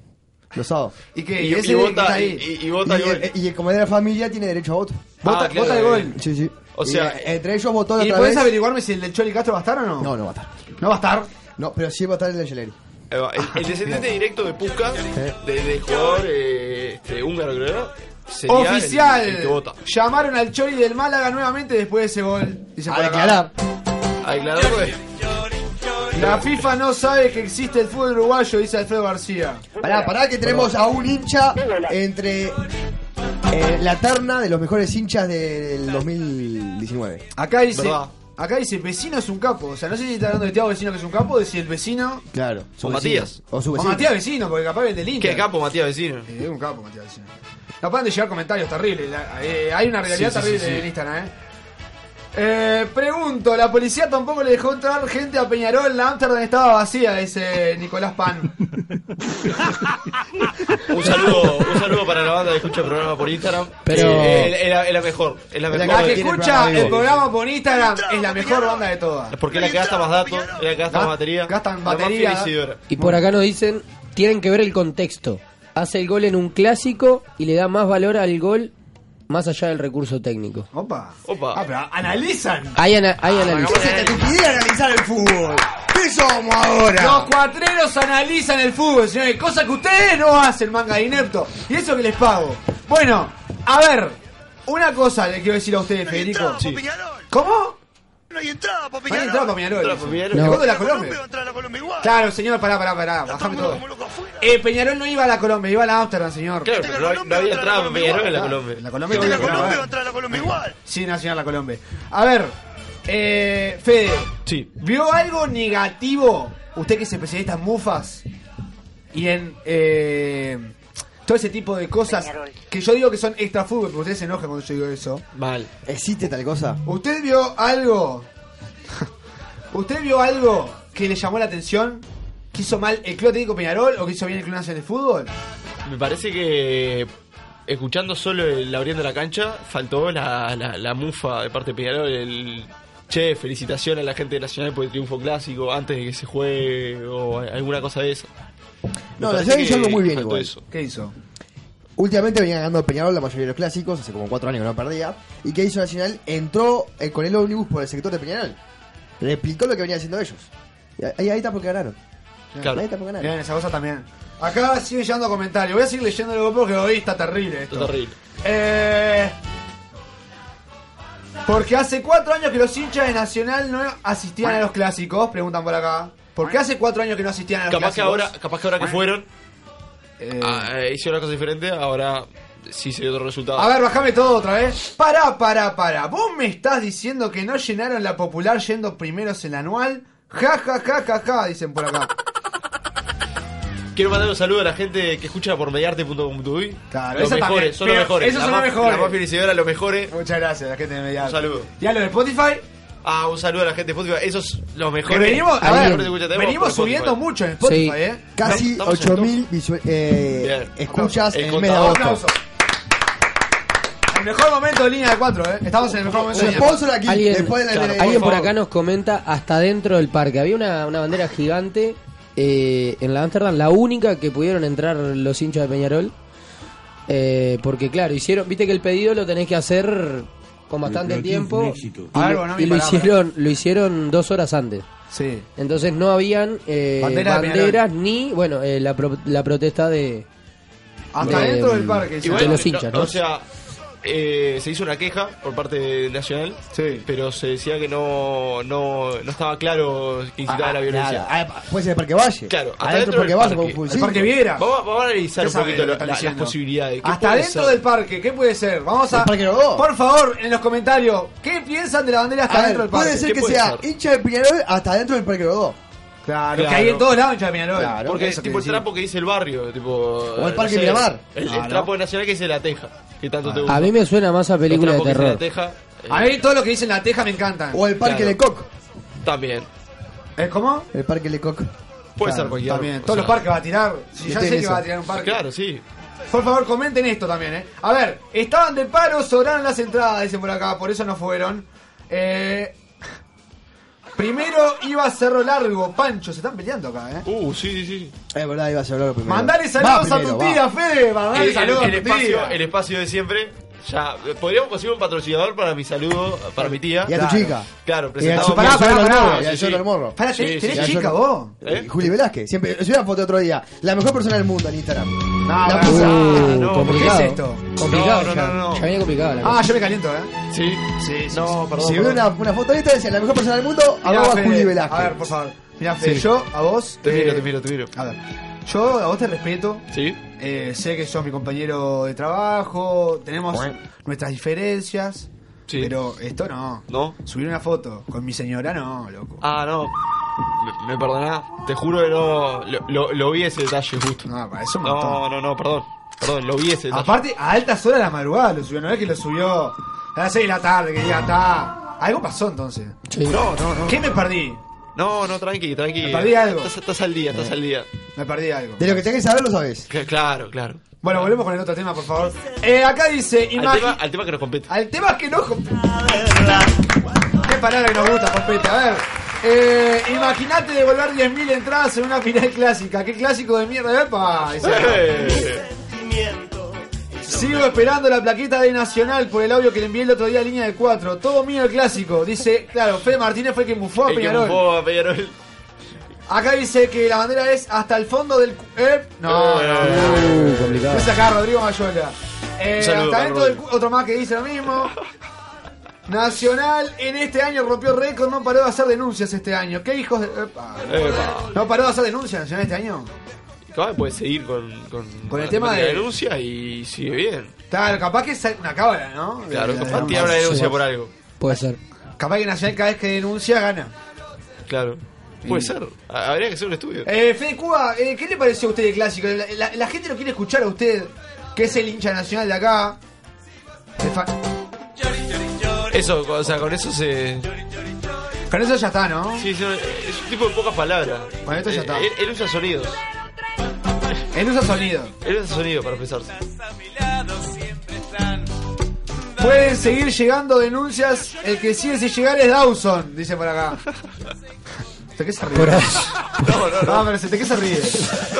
los sábados. ¿Y qué? Y- ¿Y ese y vota- que está ahí? y- y vota y, el gol. y el comedor de la familia tiene derecho a voto. Vota- Ah, claro, vota el gol. Sí, sí. O Y, sea, eh, entre ellos votó la ¿Y otra podés vez. averiguarme si el del Choli Castro va a estar o no? No, no va a estar. ¿No va a estar? No, pero sí va a estar el de Angeleri. Ahí va. El, el descendiente directo de Pusca, de, de jugador eh, este, húngaro, creo, ¿no? sería el- Oficial. el que vota. Llamaron al Choli del Málaga nuevamente después de ese gol. Dice por acá. A pues, declararlo es- La FIFA no sabe que existe el fútbol uruguayo, dice Alfredo García. Pará, pará, que tenemos a un hincha entre eh, la terna de los mejores hinchas del 2019. Acá dice, ¿Verdad? acá dice, vecino es un capo. O sea, no sé si está hablando de Tiago Vecino que es un capo, o de si el vecino... Claro. su O vecino. Matías. O su O vecino. Matías Vecino, porque capaz que es del Inter. Qué capo pues, Matías Vecino. Sí, es un capo Matías Vecino. No paran de llegar comentarios terribles. La- eh, hay una realidad Sí, sí, terrible sí, sí. en Instagram, ¿eh? Eh, pregunto, la policía tampoco le dejó entrar gente a Peñarol, la Amsterdam estaba vacía, dice Nicolás Pan. Un saludo, un saludo para la banda que escucha el programa por Instagram. Pero- Eh, es- es la- es la mejor, es la mejor. La que Tiene escucha el vivo. programa por Instagram es la mejor banda de todas. Porque es la que gasta más datos, es la que gasta más batería. Gastan batería. Y por acá nos dicen, tienen que ver el contexto. Hace el gol en un clásico y le da más valor al gol más allá del recurso técnico. Opa. Opa. Ah, pero analizan. Hay, ana- hay análisis. analizar el fútbol. ¿Qué somos Los cuatreros analizan el fútbol, señores. Cosa que ustedes no hacen, manga de inepto. Y eso que les pago. Bueno, a ver. Una cosa le quiero decir a ustedes, Federico. ¿Cómo? No hay entrada, papi. No hay entrada para Peñarol. Entrada para Peñarol. El No. gol de la Colombia. Claro, señor, pará, pará, pará. Bajame todo. Eh, Peñarol no iba a la Colombia, iba a la Amsterdam, señor. Claro, pero no, no había entrada para Peñarol en la Colombia. La Colombia tiene que ganar. la Colombia igual. Sí, Nacional La Colombia. A ver, eh, Fede. ¿Vio algo negativo? Usted que es especialista en mufas y en eh, todo ese tipo de cosas que yo digo que son extra fútbol, pero usted se enoja cuando yo digo eso. Mal. ¿Existe tal cosa? ¿Usted vio algo? ¿Usted vio algo que le llamó la atención? ¿Que hizo mal el Club Atlético Peñarol o que hizo bien el Club Nacional de Fútbol? Me parece que escuchando solo el abriendo la cancha, faltó la, la, la mufa de parte de Peñarol, el che, felicitaciones a la gente de Nacional por el triunfo clásico antes de que se juegue o alguna cosa de esa. Me No, parece Nacional hizo que algo muy bien faltó igual. eso. ¿Qué hizo? Últimamente venía ganando el Peñarol la mayoría de los clásicos, hace como cuatro años que no perdía. ¿Y qué hizo Nacional? Entró eh, con el ómnibus por el sector de Peñarol. Le explicó lo que venían haciendo ellos. Y ahí, ahí está porque ganaron. Ahí está porque Bien, ganaron. esa cosa también. Acá siguen llegando comentarios. Voy a seguir leyendo luego porque hoy está terrible esto. Está terrible. Eh, porque hace cuatro años que los hinchas de Nacional no asistían a los clásicos, preguntan por acá. ¿Por qué hace cuatro años que no asistían a los Capaz que, clásicos? ahora, capaz que ahora que Eh, fueron, ah, eh, hicieron una cosa diferente, ahora sí se dio otro resultado. A ver, bajame todo otra vez. Pará, pará, pará. ¿Vos me estás diciendo que no llenaron la popular yendo primeros en la anual? Ja, ja, ja, ja, ja, dicen por acá. Quiero mandar un saludo a la gente que escucha por mediarte.com.uy. Claro, los esa mejores, también. son los Pero mejores. esos La son los más- mejores. La más felicitadora, los mejores. Muchas gracias, la gente de Mediarte. Un saludo. ¿Ya lo de Spotify? Ah, un saludo a la gente de Spotify. Esos los Que mejores. venimos a Los ver, mejores que escucha tenemos venimos por Spotify. subiendo mucho en Spotify, Sí. ¿eh? Casi Estamos en top. 8.000 visu- eh, Bien. escuchas El en el mes de contador. agosto. Aplauso. El mejor momento de línea de 4, ¿eh? Estamos en el mejor momento de línea de cuatro. Alguien, Después de la- claro, Ah, de la- alguien por favor. acá nos comenta hasta dentro del parque. Había una, una bandera gigante eh, en la Amsterdam, la única que pudieron entrar los hinchas de Peñarol. eh, porque claro, hicieron, viste que el pedido lo tenés que hacer con bastante pero aquí tiempo. fue un éxito. Y, A ver, lo- Bonomi, y lo pará, pará. hicieron, lo hicieron dos horas antes. Sí. Entonces no habían eh, Bandera de banderas ni, bueno, eh, la, pro- la protesta de... Hasta Eh, de, dentro del mm, parque, De los hinchas, ¿no? O sea, eh, se hizo una queja por parte de Nacional, pero se decía que no, no, no estaba claro que incitaba a la violencia. Nada. Ah, Puede ser el Parque Valle. Claro, hasta dentro adentro del Parque del Valle, parque. con un El Parque Viera. Vamos, vamos a analizar ¿Qué un sabe lo poquito que la- están la- las diciendo? posibilidades. ¿Qué Hasta puede dentro ser? del parque, ¿qué puede ser? Vamos a. El Parque Rodó. Por favor, en los comentarios, ¿qué piensan de la bandera hasta A ver, dentro del parque? puede ser que sea hincha de Peñarol hasta dentro del Parque Rodó. Claro, Claro. que hay en ¿eh? todos lados hincha de Peñarol. Claro, Porque es eso te tipo el decía. trapo que dice el barrio. Tipo, o el Parque Miramar. El, el Claro. trapo de Nacional que dice la teja. Que tanto te gusta. A mí me suena más a Los película de trapos que dice terror. La teja, eh, A mí todo lo que dicen la teja me encanta. O el Parque Claro. de Coq. también. ¿Es ¿Eh? cómo? El Parque de Coq. Puede Claro, ser cualquiera. También, O todos sea, los parques va a tirar. Si ya Meten sé que eso. va a tirar un parque. Claro, sí. Por favor, comenten esto también, ¿eh? A ver, estaban de paro, sobraron las entradas, dicen por acá, por eso no fueron. Eh, primero iba Cerro Largo, Pancho, se están peleando acá, ¿eh? Uh, sí, sí, sí. Es verdad, ibas a hablar primero. Mandale saludos a tu tía, Fede, mandale El, el- Ah, saludos el a tu espacio, tía. el espacio de siempre. Ya, podríamos conseguir un patrocinador para mi saludo, para mi tía. Y a tu Claro. chica. Claro, Y al presentado. Pará, por- pará, Sí, pará, sí, Y al sí. Yoto del Morro. Pará, Eh, ¿tenés- tenés Y al chica Yoto- vos? ¿Eh? Y Juli Velázquez. Siempre, subí una foto otro día. La mejor persona del mundo en Instagram. la puso- Ah, no, complicado. ¿qué es esto? Complicado, No, no, ya. no, no. Ya viene complicado la Ah, cosa. yo me caliento, ¿eh? Sí, sí, No, perdón. Si ve perdón. una, una foto de esta, decía la mejor persona del mundo, Mirá, arroba Fede, Juli Velázquez. A ver, por favor. Mira, Fede, Sí. yo a vos. Te miro, eh, te miro, te miro. A ver, yo a vos te respeto. Sí. Eh, sé que sos mi compañero de trabajo. Tenemos nuestras diferencias. Pero esto no. No. Subir una foto con mi señora, no, loco. Ah, no. Me, me perdonás. Te juro que no. Lo, lo- lo vi ese detalle justo. No, eso un No, montón. no, no, perdón. Perdón, lo vi ese detalle. Aparte, a altas horas de la madrugada lo subió. No es que lo subió a las 6 de la tarde, que ya está. Algo pasó entonces. No, no, no. ¿Qué me perdí? No, no, tranqui, tranqui. Me perdí algo. Estás, estás al día, estás al día. Me perdí algo. De lo que tenés que saber, lo sabes. Cl- Claro, claro. Bueno, volvemos con el otro tema, por favor. Eh, acá dice, Al tema, imagen. al tema que nos compete. Al tema que no compete. Qué palabra que nos gusta, compete. A ver. Eh, Imagínate devolver 10.000 entradas en una final clásica. Qué clásico de mierda. ¡Epa! Dice. Eh, Sigo esperando la plaqueta de Nacional por el audio que le envié el otro día a línea de 4. Todo mío el clásico. Dice, claro, Fede Martínez fue el que mufó a El que Peñarol. mufó a Peñarol. Acá dice que la bandera es hasta el fondo del. cu- Eh, no, no, no. Uh, complicado. Es acá Rodrigo Mayola. Eh, Un saludo hasta para dentro del cu- otro más que dice lo mismo. Nacional en este año rompió récord, no paró de hacer denuncias este año. ¿Qué hijos de.? epa. Epa. ¿No paró de hacer denuncias Nacional este año? Acá puedes seguir con, con, Con el tema la de- denuncia y sigue bien. Claro, capaz que es una cábala, ¿no? Claro, La- capaz la- tiene una denuncia por algo. Puede ser. Capaz que Nacional cada vez que denuncia gana. Claro. Puede ser. Ha- Habría que hacer un estudio. Eh, Fede Cuba, eh, ¿qué le pareció a usted el clásico? La, la- la gente lo quiere escuchar a usted, que es el hincha nacional de acá. De fa- Eso, o sea, con eso se. Con eso ya está, ¿no? Sí, sí, es un tipo de pocas palabras. Con esto ya Eh, está. Él, él usa sonidos. Él usa sonido. Él usa sonido para expresarse. Pueden seguir llegando denuncias. El que sigue sin llegar es Dawson, dice por acá. ¿De qué se ríe? No, no, no. pero se- ¿De qué se ríe?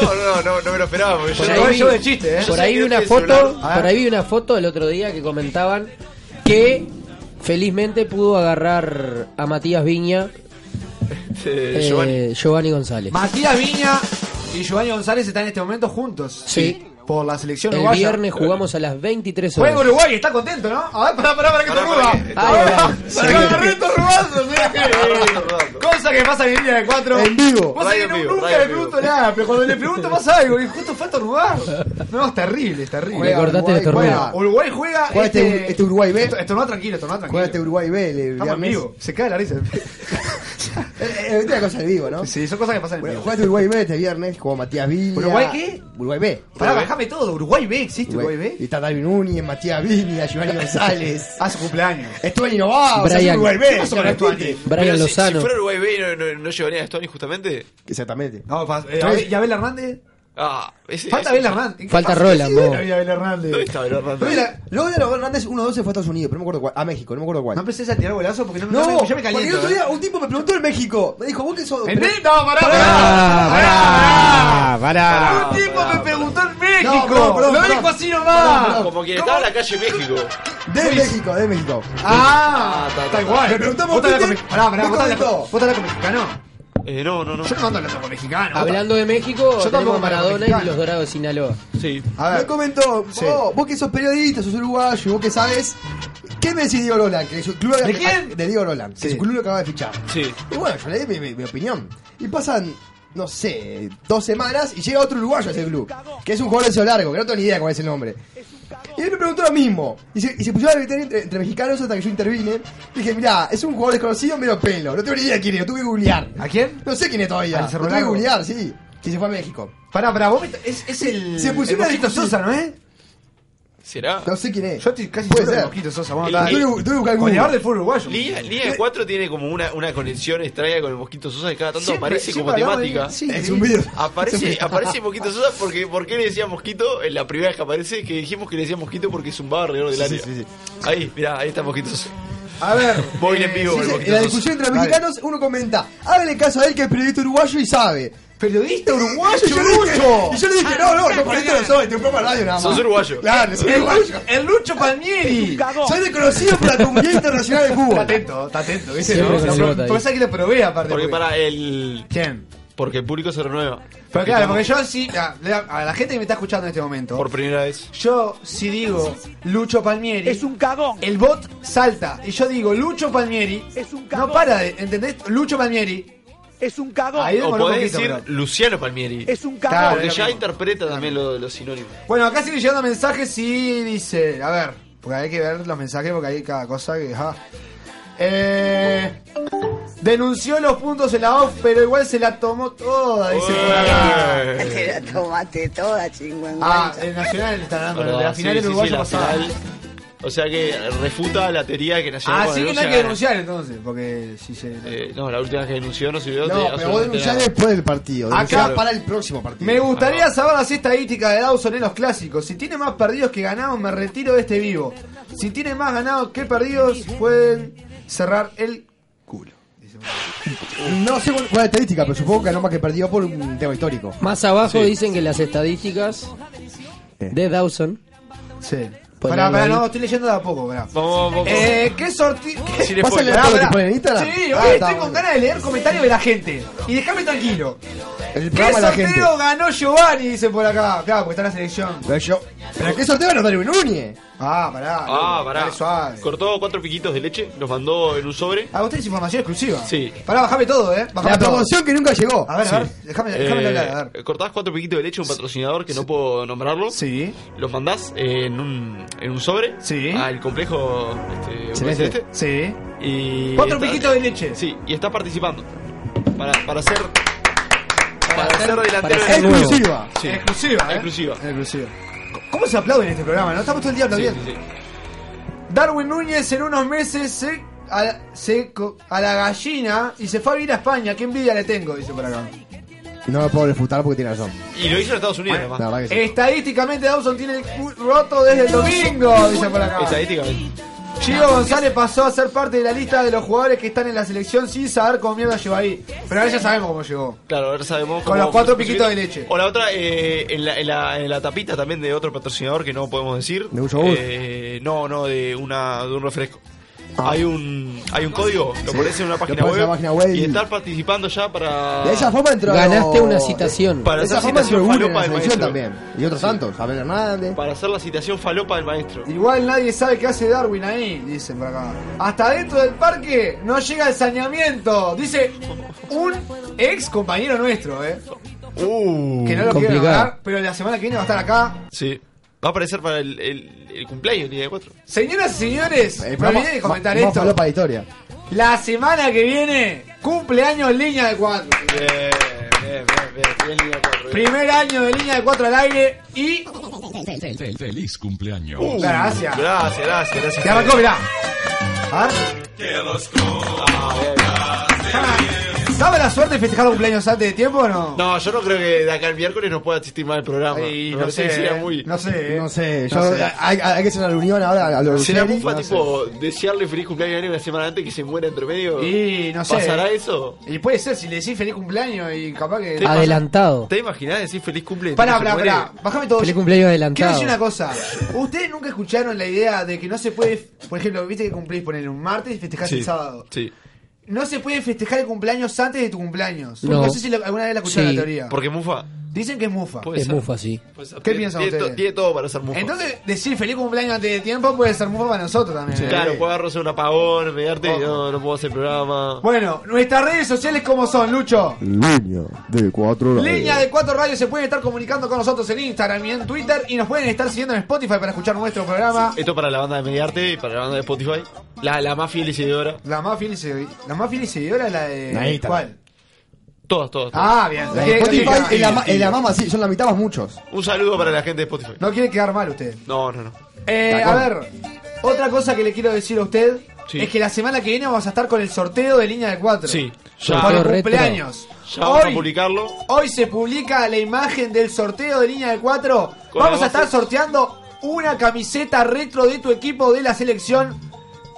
No, no, no, no me lo esperaba. porque Por yo- ahí, yo vi- de chiste, ¿eh? por ahí vi una foto, Ah. por ahí vi una foto el otro día que comentaban que felizmente pudo agarrar a Matías Viña eh, Giovanni. González. Matías Viña y Giovanni González están en este momento juntos. Sí. Por la selección el uruguaya. viernes jugamos a las 23 horas. Juega Uruguay, está contento, ¿no? A ver, pará, pará, pará que te ruba. Ahí va. Pará, Sí. agarré estos rubazos, eh. Cosa que pasa en línea de cuatro. En vivo. Vos sabés que Radio no- en vivo, nunca radio le en vivo. pregunto nada, pero cuando le pregunto pasa algo. Y justo falta Uruguay. No, es terrible, es terrible. Le cortaste Uruguay, el torneo. juega- Uruguay juega. Ah. Juega este Ur- este Uruguay B. Esto, esto no tranquilo, esto no tranquilo. Juega este Uruguay B. el Estamos en viernes. Eh, vivo. Se cae la risa. Es una cosa en vivo, ¿no? Sí, son cosas que pasan en Bueno, vivo. jugaste Uruguay B este viernes, jugó Matías Villa. ¿Uruguay qué? Uruguay B. Pará, bajame todo. Uruguay B, ¿existe Uruguay, B? Y está Darwin Núñez, Matías Villa, Giovanni González. A su cumpleaños. Estuani no va, o sea, es Uruguay ¿Qué B. pasó este con Estuani? Pero si- Si, fuera Uruguay B, no, no, no llevaría a Stoney justamente. Exactamente. No, pas- eh, Tres. Abel- ¿Y Abel Hernández? Ah, ese- Falta ese- Abel Hernández. Falta ¿Qué Roland, pasó? Sí, vos. había Abel Hernández. ¿Dónde está Abel Hernández? Mira, Luego de los Hernández, uno de dos se fue a Estados Unidos, pero no me acuerdo cuál. A México, no me acuerdo cuál. No empecé a tirar golazo porque no, me- No, yo me- yo me porque el caliento. otro ¿eh? día un tipo me preguntó en México. Me dijo, ¿vos qué sos? ¿En Pero- México? No, pará, Ah, pará. tipo me preguntó en México. No, perdón, perdón, lo perdón. dijo así nomás. Perdón, perdón. Como quien estaba en la calle México. De México, de México. Ah, ta, ta, está igual. ta. Le preguntamos Vota la comi- Pará, pará, me vota la comentó. comi- vota la comi- mexicano. Eh, no, no, no. Yo no ando hablando con mexicano. Hablando de México, Yo tampoco tenemos a me acuerdo Maradona y mexicano. los Dorados de Sinaloa. Sí. A ver. Me comentó, Sí. "Oh, vos que sos periodista, sos uruguayo, vos que sabes. ¿Qué me decís de Diego Roland? Que su club ¿De quién? De Diego Roland, que Sí. su club lo acaba de fichar. Sí. Y bueno, yo le di mi, mi- mi opinión. Y pasan, no sé, dos semanas y llega otro uruguayo a ese club, que es un jugador de eso largo, que no tengo ni idea cuál es el nombre. Y él me preguntó lo mismo. Y se, y se pusieron a gritar entre, entre mexicanos hasta que yo intervine. Dije, mirá, es un jugador desconocido, menos pelo. No tengo ni idea quién es, lo tuve que googlear. ¿A quién? No sé quién es todavía. ¿Al Lo Cerro tuve que Largo? googlear, sí. Si se fue a México. Pará, pará, vos me- es, es el. Se pusieron el a Mosquito discutir. Sosa, ¿no es? ¿Será? No sé quién es. Yo estoy casi Puede seguro de ser. Mosquito Sosa. Vamos El- a hablar. el- Tuve que buscar en Goleador Google. del fútbol uruguayo. Liga, Liga 4 tiene como una, una conexión extraña con el Mosquito Sosa que cada tanto Siempre- aparece siempre como hablamos de- temática. sí, Es sí. un video. Aparece, aparece Mosquito Sosa porque ¿por qué le decía Mosquito en la primera vez que aparece? Que dijimos que le decía Mosquito porque zumbaba alrededor del Sí, área. sí, sí, Ahí, mirá, ahí está Mosquito Sosa. A ver. Voy eh, en vivo, sí, el sí, Mosquito En la Sosa. discusión entre mexicanos, uno comenta, hágale caso a él que es periodista uruguayo y sabe. Periodista uruguayo, Y ¡Este yo le dije- Lucho. Y yo le dije, no, no, yo periodista no soy, tengo un programa de radio nada más. Sos uruguayo. Claro, soy El uruguayo. Lucho- El Lucho Palmieri. Soy desconocido por la comunidad internacional de Está Cuba. atento, está atento. ¿viste? Siempre No, se no, nota ahí. Por eso es que lo probé, aparte. Porque porque- para el. ¿Quién? Porque el público se renueva. Pero claro, porque yo sí. A, le- a la gente que me está escuchando en este momento. Por primera vez. Yo, si digo Lucho Palmieri, Es un cagón. el bot salta. Y yo digo Lucho Palmieri, Es un cagón. no para de. ¿Entendés? Lucho Palmieri. Es un cagón. Ahí O demoró un podés poquito, decir pero- Luciano Palmieri. Es un Claro, cagón. Porque es lo ya mismo. interpreta también lo- los sinónimos. Bueno, acá siguen llegando mensajes y dice. A ver, porque hay que ver los mensajes porque hay cada cosa que. ja. Eh, denunció los puntos en la off, pero igual se la tomó toda, dice por acá. Te la tomaste toda, Ah, chingüengüenza. el Nacional está dando Bueno, de la sí, final sí, en sí, Uruguay la pasada. final. O sea que refuta la teoría de que Nacional. Ah, cuando sí que no hay denuncia que gana. denunciar entonces, porque si se... Eh, no, la última que denunció no sirvió. de No, pero vos absolutamente denunciás nada. después del partido. Acá- Acá para el próximo partido. Me gustaría saber las estadísticas de Dawson en los clásicos. Si tiene más perdidos que ganados, me retiro de este vivo. Si tiene más ganados que perdidos, pueden cerrar el... No sé cuál cuál es la estadística, pero supongo que ganó más que perdió por un tema histórico. Más abajo Sí. dicen que las estadísticas Eh. de Dawson. Sí. Ponerlo Pará, pará, ahí. no, estoy leyendo de a poco, pará. Vamos, vamos. Eh, ¿qué sorteo? Sin spoiler. Pásale Pará, todo lo que pará. ponen en Instagram. Sí, Ah, hoy está estoy con bueno. ganas de leer comentarios de la gente. Y déjame tranquilo. El ¿Qué programa de la gente. sorteo ganó Giovanni? Dice por acá. Claro, porque está en la selección. Pero yo- ¿Pero qué sorteo ganó Darwin Núñez? Ah, pará. Ah, loco, pará. dale suave. Cortó cuatro piquitos de leche, los mandó en un sobre. Ah, vos tenés información exclusiva. Sí. Pará, bajame todo, eh. Bajame La todo. promoción que nunca llegó. A ver, a ver, déjame, Ah, déjame Eh, hablar, a ver. cortás cuatro piquitos de leche a un patrocinador que no puedo nombrarlo. Sí. Los mandás en un, en un sobre Sí. al complejo este, Celeste. Celeste. Sí. Y Cuatro está- piquitos de leche. Sí, y está participando. Para, para ser. Para, ser delantero para de ser la- Exclusiva. Sí. Exclusiva, eh. Exclusiva. Exclusiva. ¿Cómo se aplaude en este programa? No estamos todo el día Sí, aplaudiendo. sí, sí. Darwin Núñez en unos meses se a, la- se co- a la gallina y se fue a vivir a España. Qué envidia le tengo, dice por acá. No me puedo refutar porque tiene razón. Y lo hizo en Estados Unidos, además. La verdad que sí. Estadísticamente Dawson tiene el cu- roto desde el domingo, dice por acá. Estadísticamente. Chico González pasó a ser parte de la lista de los jugadores que están en la selección sin saber cómo mierda llegó ahí. Pero ahora ya sabemos cómo llegó. Claro, ahora sabemos. Con cómo- los cuatro piquitos de leche. O la otra, eh, en, la, en, la, en la tapita también de otro patrocinador que no podemos decir. ¿De un yogur? Eh, no, no, de, una, de un refresco. Hay un hay un código, lo pones en una página pones en web, la página web y y- estar participando ya para. De esa forma entró. Ganaste una citación. Para De esa hacer forma entró citación Gulli falopa en la del selección maestro. también. Y otros tantos. Abel Hernández. Para hacer la citación falopa del maestro. Igual nadie sabe qué hace Darwin ahí, dice por acá. Hasta dentro del parque no llega el saneamiento, dice un ex compañero nuestro, eh. Uh. Que no lo quiero complicado. nombrar, pero la semana que viene va a estar acá. Sí. Va a aparecer para el, el, el cumpleaños el día de 4. Señoras y señores, Eh, no programa- olviden de comentar más- más esto. falopa de historia. La semana que viene, cumpleaños línea de cuatro. Bien, bien, bien, bien, bien, día 4. Primer año de línea de cuatro al aire y. Uh, Feliz cumpleaños. Gracias. Gracias, gracias, gracias. Te arrancó, mirá. A ver. Ah, bien, bien. ¿Estaba la suerte de festejar cumpleaños antes de tiempo o no? No, yo no creo que de acá el miércoles no pueda asistir más el programa. Y Me no parece sé, eh. que sería muy... no sé. No sé, No yo- sé. Hay, hay que hacer una reunión ahora a los ¿Será Lucelli, mufa no sé. tipo desearle feliz cumpleaños a alguien una semana antes que se muera entre medio? Y no sé. ¿Pasará eso? Y puede ser, si le decís feliz cumpleaños y capaz que. Adelantado. ¿Te imaginás decir feliz cumpleaños? Pará, pará, pará. Bájame todo. Feliz cumpleaños Quiero adelantado. decir una cosa. ¿Ustedes nunca escucharon la idea de que no se puede, por ejemplo, viste que cumplís poner un martes y festejás el sábado? Sí. No se puede festejar el cumpleaños antes de tu cumpleaños. No. No, sé si la- alguna vez la escucharon Sí. la teoría. Porque Mufa. Dicen que es mufa. Es mufa, sí. ¿Qué piensan ustedes? tiene, to- tiene todo para ser mufa. Entonces, decir feliz cumpleaños antes de tiempo puede ser mufa para nosotros también. ¿eh? Claro, puedo agarrarse un apagón, mediarte y no, no puedo hacer programa. Oh. Bueno, nuestras redes sociales como son, Lucho. Línea de cuatro lados. Línea de Cuatro Radios se pueden estar comunicando con nosotros en Instagram y en Twitter y nos pueden estar siguiendo en Spotify para escuchar nuestro programa. Esto para la banda de Mediarte y para la banda de Spotify. La, la más fiel y seguidora. La más fiel y segui- la más fiel y seguidora es la de La de Instagram. ¿cuál? Todas, todas. todas. Ah, bien. La Sí, de Spotify sí, en la, ma- sí. en la mama, sí, son la mitad más muchos. Un saludo para la gente de Spotify. No quiere quedar mal usted. No, no, no. Eh, De a acuerdo. ver, otra cosa que le quiero decir a usted Sí. es que la semana que viene vamos a estar con el sorteo de línea de cuatro. Sí, ya. Por el cumpleaños. Ya vamos a Hoy- publicarlo. Hoy se publica la imagen del sorteo de línea de 4. Con Vamos a las bases. estar sorteando una camiseta retro de tu equipo de la selección.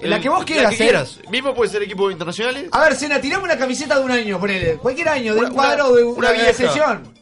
La que vos quieras, La ¿eh? Ah, que quieras. Mismo puede ser equipos internacionales. A ver, Sena, tirame una camiseta de un año, ponele. Cualquier año, de Una- un cuadro o de una una, de la vieja. selección.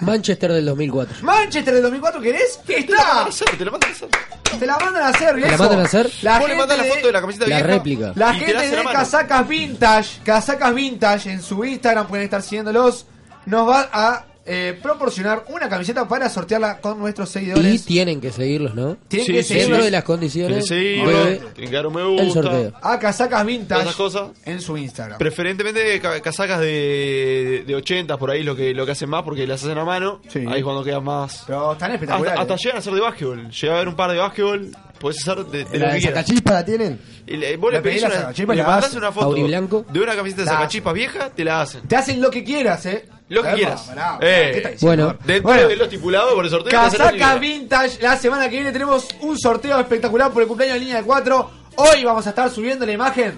Manchester del 2004. Manchester del 2004, ¿querés? ¡Está! Ah, Te la mandan a hacer. Te la mandan a hacer, ¿Te la viejo. mandan a hacer? La Vos le gente mandás la de- foto de la camiseta La vieja. réplica. La Y te la gente hace la de mano. Casacas Vintage, Casacas Vintage en su Instagram, pueden estar siguiéndolos, nos va a eh, proporcionar una camiseta para sortearla con nuestros Y seguidores. tienen que seguirlos, ¿no? Tienen Sí, que sí, Dentro sí. de las Tiene condiciones. que seguirlo, debe- tiene que dar un me gusta. El sorteo. a Casacas Vintage Esas cosas. en su Instagram. Preferentemente ca- casacas de, de 80 por ahí lo que lo que hacen más porque las hacen a mano. Ahí es cuando quedan más. Pero están Hasta, espectaculares. hasta llegan a ser de básquetbol. Llega a haber un par de básquetbol. Podés hacer de, de lo ¿La que de quieras. Sacachispa la tienen? Y le, vos le Le pedís pedís la una, sacachispa y le la mandás hacen. una foto Pauri Blanco. de una camiseta de La sacachispas vieja, te la hacen. Te hacen lo que quieras, eh. Lo que Epa, quieras. pará, Eh, ¿qué está diciendo? bueno. dentro Bueno. de lo estipulado por el sorteo. te hacen la Casaca liga. Vintage, la semana que viene tenemos un sorteo espectacular por el cumpleaños de línea de 4. Hoy vamos a estar subiendo la imagen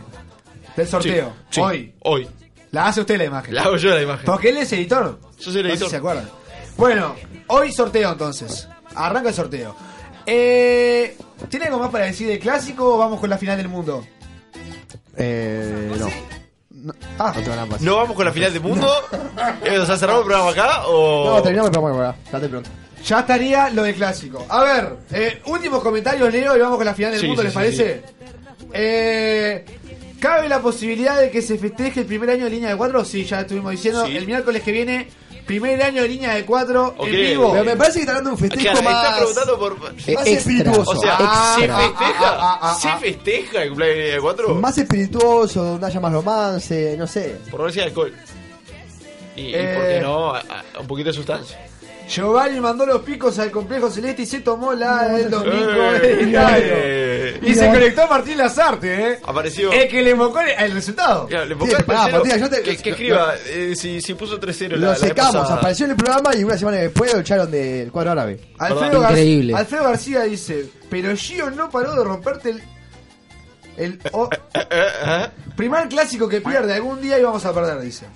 del sorteo. Sí, sí, Hoy. Hoy. La hace usted la imagen. La hago yo la imagen. Porque él es editor. Yo soy No el sé editor. si se acuerdan. Bueno, hoy sorteo entonces. Arranca el sorteo. Eh, ¿Tiene algo más para decir del clásico o vamos con la final del mundo? Eh, no. Ah, No te van a pasar. No vamos con la final del mundo. Eh, o sea, cerramos el programa acá o. No, terminamos el programa, ¿verdad? Date pronto. ya estaría lo del clásico. A ver, eh, últimos comentarios, Leo, y vamos con la final del Sí, mundo, sí, ¿les sí, parece? Eh, ¿Cabe la posibilidad de que se festeje el primer año de línea de 4? Sí, ya estuvimos diciendo. Sí. El miércoles que viene, primer año de línea de 4 Ok. en vivo. Pero me parece que está dando un Acá, festejo está más. preguntando por. Más Extra. espirituoso. O sea, Ah, ¿se extra. festeja? Ah, ah, ah, ah, ah. ¿Se festeja el cumpleaños de 4? más espirituoso, donde haya más romance, no sé. Por no decir alcohol. Y, y por Eh. qué no, a- a- un poquito de sustancia. Giovanni mandó los picos al complejo celeste y se tomó la del domingo Eh, del estadio. eh. Y se conectó Martín Lazarte, ¿eh? Apareció. Es que le invocó el, el resultado. Mira, le Sí, pongo el pará, tercero. Matías, yo te- que, que lo- escriba eh, si, si puso 3-0 la, Lo la vez secamos, pasada. apareció en el programa y una semana después lo echaron del cuadro árabe. Alfredo, Perdón. Gar- Increíble. Alfredo García dice, pero Gio no paró de romperte el... el o- ¿Eh? primer clásico que pierde algún día y vamos a perder, dice.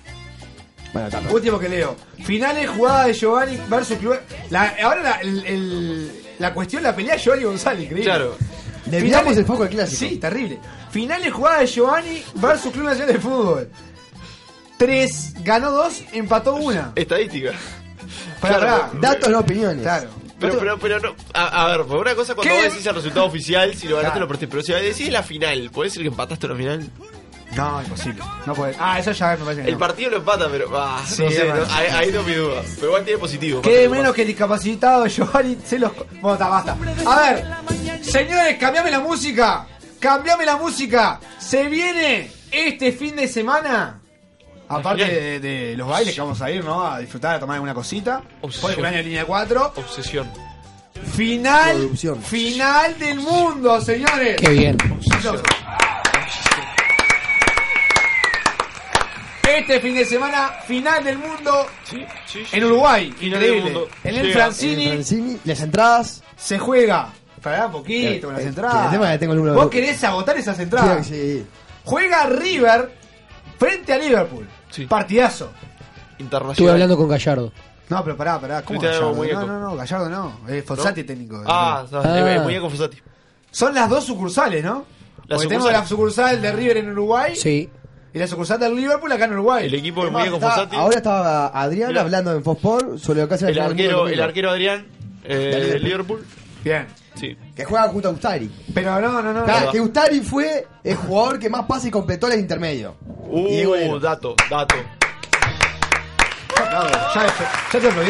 Bueno, está. Último que leo. Finales, jugada de Giovanni versus Club... La, ahora la, el- el- la cuestión, la pelea de Giovanni González, increíble. Claro. Desviamos Finales- el foco del clásico. Sí, terrible. Finales jugada de Giovanni versus Club Nacional de Fútbol. Tres, ganó dos, empató una. Estadística. Pará, claro, pará. Datos, no opiniones. Claro. Pero, pero, pero no. A, a ver, por una cosa, cuando ¿Qué? vos decís el resultado oficial, si lo ganaste, Claro. lo perdiste. Pero si decís la final, ¿podés decir que empataste la final? No, imposible. No puede. Ah, eso ya me parece que El no. partido lo empata, pero. ah, Sí, no sé, es no, verdad. ahí, ahí no mi duda. Pero igual tiene positivo. Quede más menos que el discapacitado Giovanni se los... Bueno, está, basta. A ver, señores, cambiame la música. Cambiame la música. Se viene este fin de semana. Aparte de, de los bailes que vamos a ir, ¿no? A disfrutar, a tomar alguna cosita. Obsesión. Por el cumpleaños de línea 4. Obsesión. Final. Producción. Final del mundo, señores. Qué bien. Este fin de semana, final del mundo Sí, sí, sí. en Uruguay. Final del Increíble. mundo. En el Llega. Eh, Francini Francini, las entradas. se juega. Pará un poquito con las Eh, entradas. el tema es que tengo el número de Vos Boca. querés agotar esas Creo que entradas. sí. Juega River Frente a Liverpool. Partidazo. Internacional. Estuve hablando con Gallardo. No, pero pará, pará. ¿Cómo Cristiano Gallardo? Muñeco. No, no, no, Gallardo no. Eh, Fonsati técnico. Ah, Eh, está, eh, eh, Muñeco Fosati. Son las dos sucursales, ¿no? La Porque sucursal. tenemos la sucursal de River en Uruguay. Sí. Y la sucursal del Liverpool acá en Uruguay. El equipo Es más, está- Ahora estaba Adrián Mira. hablando en Fospor sobre lo que hace la El final del mundo arquero, el domingo. arquero Adrián eh, Dale, de dale. Liverpool. Bien. Sí. Que juega junto a Ustari. Pero no, no, no. Claro, no. que Ustari fue el jugador que más pase completó en el intermedio. Y Uh, bueno. dato, dato.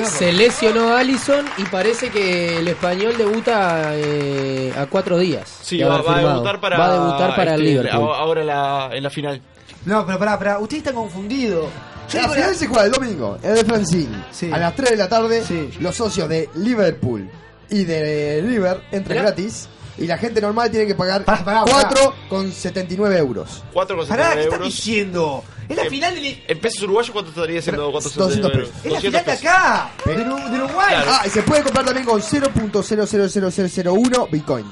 Se lesionó Allison y parece que el español debuta eh, a cuatro días. Sí, de va, haber va a firmado. debutar para, Va a debutar para el este, Liverpool. a- Ahora la- en la final. No, pero pará, pará. Usted está confundido. Yo La digo final la- se juega el domingo, en el Francine. A las 3 de la tarde, los socios de Liverpool y de River entran Mirá. gratis. Y la gente normal tiene que pagar Ah, pará, pará. 4,79 euros. 4,79 Pará, ¿qué estás euros. Eh, diciendo? Es la final del... En pesos uruguayos, ¿cuánto estaría siendo? 200 pesos. Es la final de acá. De, Uru- de Uruguay. Ah, y se puede comprar también con 0.000001 Bitcoin.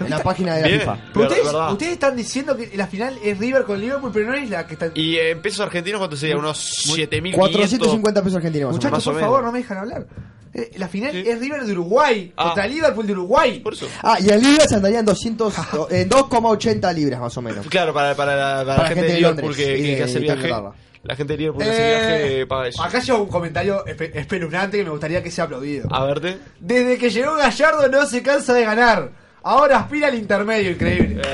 En la página de la Bien. FIFA. Pero ustedes, verdad. ustedes están diciendo que la final es River con Liverpool, pero no es la que está... ¿Y en pesos argentinos cuánto sería? Unos 7.500. 450 pesos argentinos. más o Muchachos, menos. por favor, no me dejan hablar. Eh, La final es River de Uruguay contra Liverpool de Uruguay. Por Ah. eso. Ah, y en libras andaría en 200, en 2,80 libras más o menos. Claro, para, para, la- para la gente, de Liverpool que, y que- de- que hace el de viaje. Inglaterra. La gente de Liverpool que hace el viaje eh, paga eso. Acá llega un comentario espe- espeluznante que me gustaría que sea aplaudido. A verte. Desde que llegó Gallardo no se cansa de ganar. Ahora aspira al intermedio, increíble. Eh.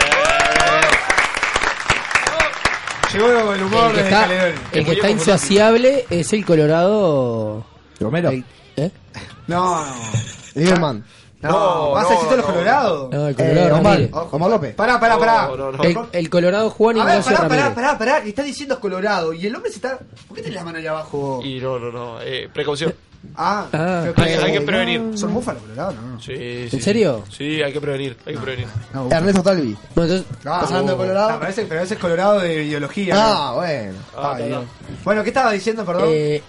Llegó con el humor El que de está, Caledón. el que está insaciable es el Colorado. Romero. ¿Eh? No, Lieberman. Eh, no, no. ¿Vas a decir todos los colorados? No, el Colorado. Omar, Ramírez. Omar López. Pará, pará, Ah, pará. El, el Colorado Juan A ver, Ignacio pará, Ramírez. pará, pará, pará, que está diciendo es colorado. Y el hombre se está. ¿Por qué tenés la mano ahí abajo? Y no, no, no. Eh, precaución. Ah, Ah. creo que- Hay- hay que prevenir. Son búfalos colorados, ¿no? Sí, sí, ¿En serio? Sí, hay que prevenir. Hay que prevenir. Ernesto Talvi. Bueno, entonces, Ah, hablando de colorado? ah, parece, pero ese es colorado de ideología. Ah, ¿no? bueno. Ah, bien. Bueno, ¿qué estaba diciendo, perdón? eh,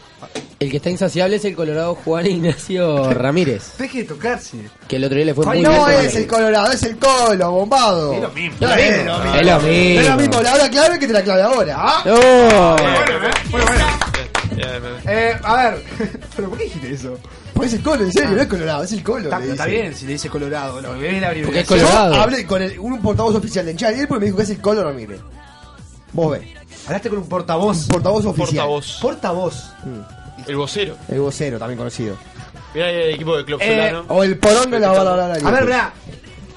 el que está insaciable es el Colorado Juan Ignacio Ramírez. Deje de tocarse. Que el otro día le fue muy Ay, bien. no con es el colorado, es el colo, bombado. Es lo mismo. Es lo mismo. Es lo mismo. La hora clave que te la clave ahora. ¿ah? No. Eh, a ver, ¿pero por qué dijiste eso? Pues es el colo, en serio, no es colorado, es el colo. Está, le está dice. bien si le dice colorado, lo que es la Porque abreviación. Yo hablé con el- un portavoz oficial de hinchada de Liverpool y me dijo que es el colo Ramírez. Vos ves. Hablaste con un portavoz. portavoz oficial. Portavoz. Portavoz. El vocero. El vocero, también conocido. Mirá el equipo de Club Eh, Solano. O el porón de la bala bala, bala, A ver, Liverpool. verá,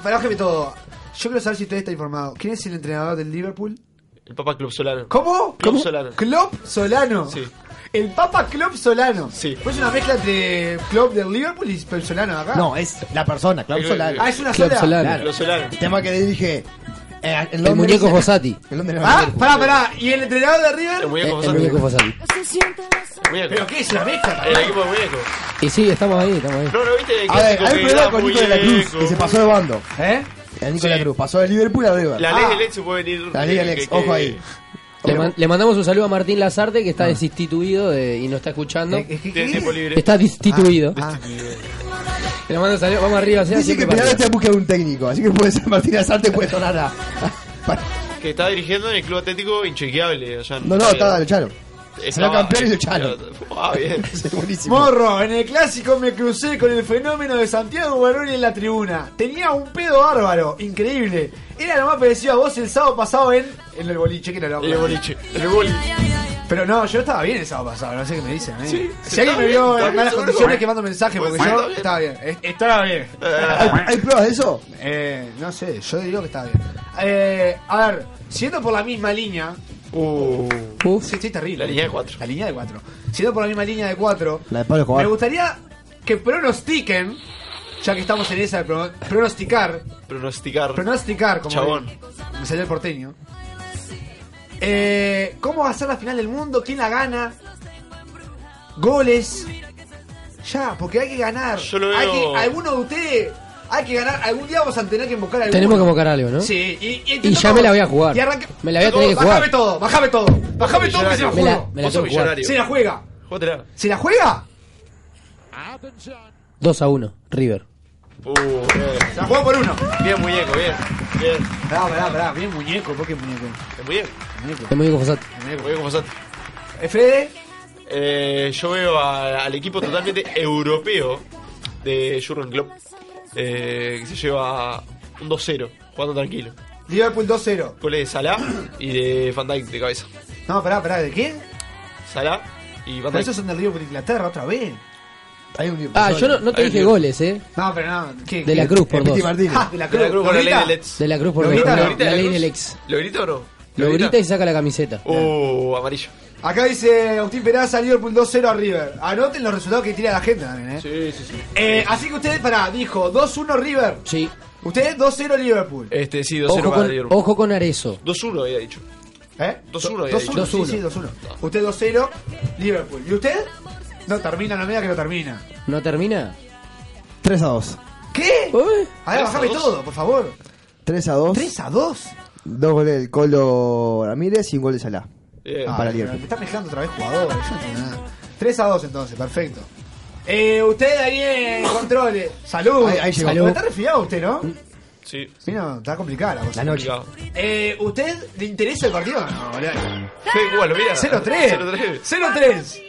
parájeme todo. Yo quiero saber si usted está informado. ¿Quién es el entrenador del Liverpool? El Papa Club Solano. ¿Cómo? Club Solano. Klopp Solano. Sí. El Papa Klopp Solano. Sí. Fue una mezcla entre Klopp del Liverpool y el Solano de acá. No, es la persona, Claudio Eh, Solano. ah, es una Claudio sola. Solano. Claudio Solano. El tema que dirige. eh, en El Londres- muñeco Fossati. en Londres- Ah, pará, pará. ¿Y el entrenador de River? El muñeco El Fossati. muñeco Fossati. Muñeco. ¿Pero qué es una mezcla? El equipo de muñeco. Y sí, estamos ahí, estamos ahí. No, no, viste. El A ver, clásico hay un que problema da con Nico de la Cruz, muñeco. que se pasó de bando. ¿Eh? El Nico de la Cruz, pasó de Liverpool a River. La ley Ah, del ex se puede venir. La ley del que- ex, que- ojo ahí. Le, man- le mandamos un saludo a Martín Lazarte Ah. que está desinstituido de- y no está escuchando. Eh, Tiene tiempo libre. Está destituido. Ah. Le mando un saludo, vamos arriba. sea, Dice que siempre Peral para está en busca de un técnico, así que puede ser Martín Azarte, puede sonar a... Que está dirigiendo en el Club Atlético Inchequeable. allá en- No, no, está, lo echaron. Estaba- Será campeón y lo echaron. Ah, bien. Es buenísimo. Morro, en el clásico me crucé con el fenómeno de Santiago Baroni en la tribuna. Tenía un pedo bárbaro, increíble. Era lo más parecido a vos el sábado pasado en, en el boliche, que era lo El boliche. El boliche. Pero no, yo estaba bien el sábado pasado, no sé qué me dicen. ¿eh? Sí, si está alguien me bien, vio está en bien, malas seguro. condiciones, que mando mensaje, porque Bueno, yo estaba bien. Eh, Estaba bien. ¿Hay, hay pruebas de eso? Eh, no sé, yo digo que está bien. Eh, a ver, siendo por la misma línea. Uh, Sí, sí, terrible. La línea de cuatro. La línea de cuatro. Siendo por la misma línea de cuatro, La de Pablo me Escobar. gustaría que pronostiquen, ya que estamos en esa de pro- pronosticar, Pronosticar. pronosticar, como Chabón. me salió el porteño. Eh, ¿Cómo va a ser la final del mundo? ¿Quién la gana? Goles. Ya, porque hay que ganar. Yo lo Hay veo- que, alguno de ustedes. Hay que ganar. Algún día vamos a tener que invocar algo. Tenemos que invocar algo, ¿no? Sí, y, y, Y ya me la voy a jugar. Y arranca- Me la voy a tener que Bájame jugar. todo, bájame todo. Bájame todo que se la Me la- juego. me la tengo que jugar. Se la juega. Jótela. ¿Se la juega? 2 a 1, River. Uh, bien. Se la jugó por uno. Bien, muñeco, bien. Bien. Pará, pará, pará. Bien muñeco, ¿por qué muñeco? Es muñeco. Es muy bien Fosati. Muñeco, muñeco Fossati. Fede. Eh, yo veo a- al equipo totalmente europeo de Jurgen Klopp eh, que se lleva un 2-0, jugando tranquilo. Liverpool 2-0. Goles de Salah y de Van Dijk de cabeza. No, pará, pará, ¿de qué? Salah y Van Pero Dijk. esos son del Liverpool de Inglaterra otra vez. Ah, yo no, no te Hay un dije Liverpool. goles, ¿eh. No, pero no. ¿qué, De qué? la Cruz por dos. Ah, de la Cruz. por la ley ¿Lolita? del ex. De la Cruz por ¿Lo dos. grita, no, lo grita la de la ley Cruz? del ex. ¿Lo grita o no? Lo grita y saca la camiseta. Uh, amarillo. Acá dice Agustín Peraza, Liverpool 2-0 a River. Anoten los resultados que tira la gente también, ¿eh? Sí, sí, sí. Eh, así que usted, pará, dijo 2-1 River. Sí. Usted 2-0 Liverpool. Este, sí, 2-0 Ojo para con, Liverpool. ojo con Arezo. 2-1 había dicho. ¿Eh? 2-1 había dicho. 2-1, sí, sí, 2-1. Usted 2-0 Liverpool. ¿Y usted? No termina en la media que no termina. ¿No termina? 3 a 2. ¿Qué? A ver, ¿Tres a bajame dos? todo, por favor. 3 a 2. 3 a 2. Dos goles del Colo Ramírez y un gol de Salah. Ah, para pero Liverpool. Me está mezclando otra vez jugadores. yo no entiendo nada. 3 a 2 entonces, perfecto. Eh, usted ahí en controles. Salud. Ahí- ahí llegó. Salud. Pero Está resfriado usted, ¿no? Sí. Sí, no, está complicada la cosa. La noche. Eh, ¿Usted le interesa el partido? No, boludo. Sí, igual, mira. 0-3. 0-3.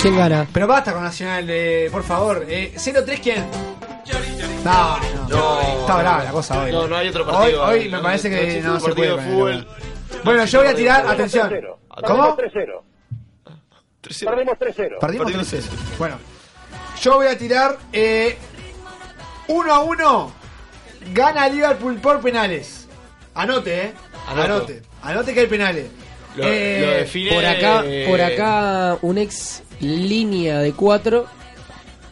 ¿Quién gana? Pero basta con Nacional, eh, por favor. Eh, 0-3 quién? No, no, No. Está brava la cosa hoy. No, no hay otro partido. Hoy, hoy me No, parece no, que existe no un se puede. partido de poner, fútbol. no. Bueno, yo voy a tirar, atención. ¿Cómo? 3-0. Perdimos 3-0. Perdimos Perdimos 3-0. Bueno, yo voy a tirar eh, 1 a 1. Gana Liverpool por penales. Anote, eh. Anoto. Anote. Anote que hay penales. Lo- Eh, lo define- Por acá, Eh. por acá un ex línea de 4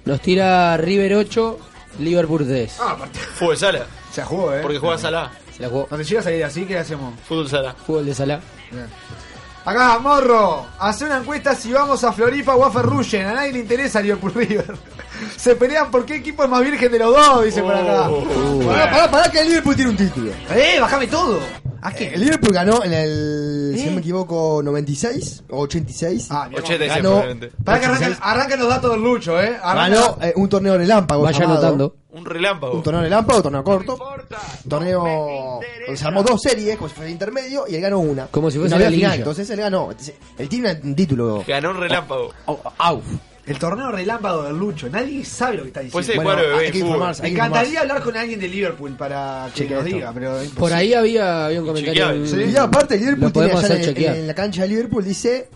nos tira River 8, Liverpool 3. Ah, partido. Fútbol sala. Se la jugó, eh. Porque juega Salah. Se la jugó. Cuando llega a salir así, ¿qué hacemos? Fútbol sala. Fútbol de Salah. Acá, Morro, hace una encuesta si vamos a Floripa o a Ferrugem. A nadie le interesa Liverpool River. Se pelean por qué equipo es más virgen de los dos, dice por acá. Oh. Pará, pará, pará, que el Liverpool tiene un título. ¡Eh, bajame todo! ¿A Eh, qué? El Liverpool ganó en el, ¿Eh? si no me equivoco, 96 o 86. Ah, mi amor. 86 Ganó- probablemente. Pará que arrancan, arrancan los datos del Lucho, eh. Arrancan- Ganó eh, un torneo relámpago. Vaya llamado. anotando. Un relámpago. Un torneo relámpago, torneo corto. Torneo. Se armó dos series, como si fuera intermedio, y él ganó una. Como si fuese Una la vez final, liguilla. Entonces él ganó. Entonces, él tiene un título. Ganó un relámpago. El torneo relámpago del Lucho. Nadie sabe lo que está diciendo. Pues Puede ser cuadro de bebé, hay que fútbol. informarse. Me hay que encantaría hablar con alguien de Liverpool para que Chequea nos esto. diga, pero es Por ahí había, había un comentario. Chequeable. informarse. en- Y aparte, el Lo Liverpool tiene podemos allá hacer en, chequear. en la cancha de Liverpool, dice.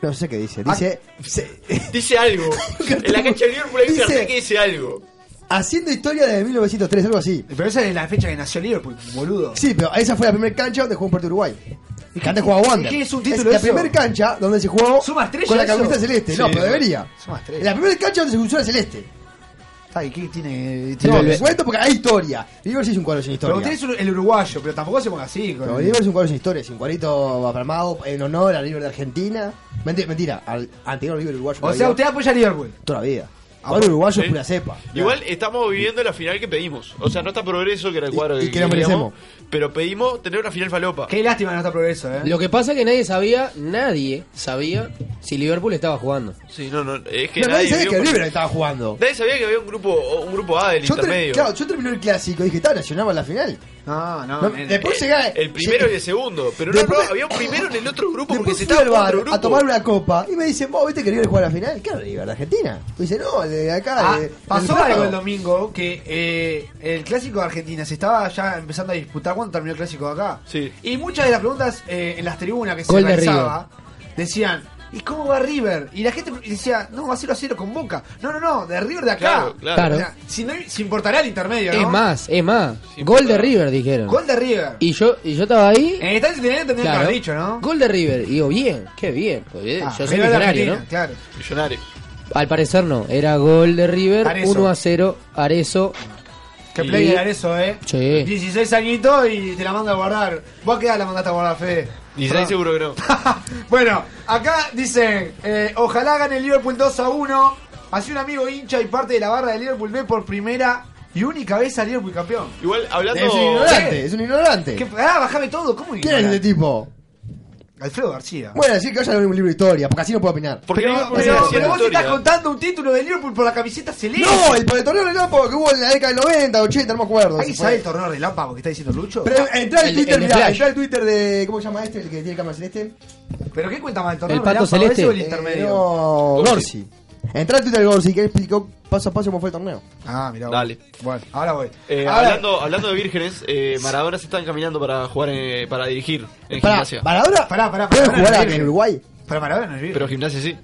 No sé qué dice. Dice. Ah. se- Dice algo. en la cancha de Liverpool hay un Dice- cartel que dice algo. haciendo historia desde 1903, algo así. Pero esa es la fecha que nació Liverpool, boludo. Sí, pero esa fue la primera cancha donde jugó un Puerto Uruguay. Que antes jugaba Wander. ¿Y qué es un título la eso? primera cancha donde se jugó Suma estrella con la eso. camiseta celeste. no, Sí. pero debería. Suma estrella. La primera cancha donde se usó la celeste. Ay, ¿qué tiene? tiene- No, Belve- les cuento porque hay historia. River sí es un cuadro sin pero usted historia. es un- el uruguayo, pero tampoco hacemos así. Con Pero el- River es un cuadro sin historia. Es un cuadrito apalmado en honor a River de Argentina. Mentira, mentira al anterior River uruguayo. O sea, usted apoya a Liverpool. Toda la vida. Ahora uruguayo es pura cepa. Igual estamos viviendo la final que pedimos. O sea, no está progreso que era el cuadro y que, que no queríamos, merecemos. Pero pedimos tener una final falopa. Qué lástima no está progreso, eh. Lo que pasa es que nadie sabía, nadie sabía si Liverpool estaba jugando. Sí, no, no. Es que No, nadie nadie, sabía vio que un- River estaba jugando. nadie sabía que había un grupo, un grupo A del Yo, ter- intermedio. claro, yo terminé el clásico y dije, está, nacional va a la final. No, no, No, nene. después llegaba. eh, El primero y el segundo. Pero no, Después- no, había un primero en el otro grupo porque Después se fui estaba al jugando bar otro grupo. a tomar una copa y me dicen, vos viste que River juega la final. ¿Qué River? ¿De Argentina? Y dice, no, el de acá. Ah, de- pasó del algo el Prado". domingo que eh, el clásico de Argentina se estaba ya empezando a disputar cuando terminó el clásico de acá. Sí. Y muchas de las preguntas eh, en las tribunas que Gol se de realizaba decían, ¿y cómo va River? Y la gente decía, no, va 0 a 0 con Boca. No, no, no, de River de acá. Claro, claro. Claro. O sea, si, no, si importará el intermedio, ¿no? Es más, es más. Sí, gol de claro. River, dijeron. Gol Eh, de River. Y yo, y yo estaba ahí. En esta tendrían que claro, haber dicho, ¿no? Gol de River. Y digo, bien, qué bien. pues, eh, Ah, yo soy River de millonario, Argentina, ¿no? Claro. Millonario. Al parecer no. Era gol de River, Arezzo. 1 a 0, Arezo. Que Y- player era eso, ¿eh? Sí. 16 añitos y te la manda a guardar. Vos quedás la mandaste a guardar, Fede. Y ahí seguro que no. bueno, acá dicen, eh, ojalá gane el Liverpool 2 a 1. Así un amigo hincha y parte de la barra de Liverpool ve por primera y única vez al Liverpool campeón. Igual hablando. Es un ignorante, es un ignorante. ¿Qué, ah, bájame todo, ¿cómo ¿Quién es este tipo? Alfredo García. Bueno, decir que vaya a leer un libro de historia, porque así no puedo opinar. Porque pero, no, pero- pero vos estás contando un título de Liverpool por la camiseta celeste. No, el, por el torneo relámpago que hubo en la década del 90, 80, no me acuerdo. Ahí Se sabe fue. el torneo relámpago que está diciendo Lucho. Pero eh, entra el, Twitter, de mirá, Flash. entra el Twitter de. ¿Cómo se llama este? El que tiene cámara celeste. ¿Pero qué cuenta más el torneo El Pato relámpago Celeste. ese o el Eh, intermedio? no, Gorsi. Entra el Twitter de Gorsi que explicó paso a paso cómo fue el torneo. Ah, mirá. vos. Dale. Bueno, ahora voy. Eh, Ahora- hablando, hablando de vírgenes, eh, Maradona se está encaminando para jugar, en- para dirigir en Pará, gimnasia. ¿Maradona? Pará, pará, ¿Puede pará, jugar no es en virgen. Uruguay? Pero Maradona es virgen. Pero gimnasia sí.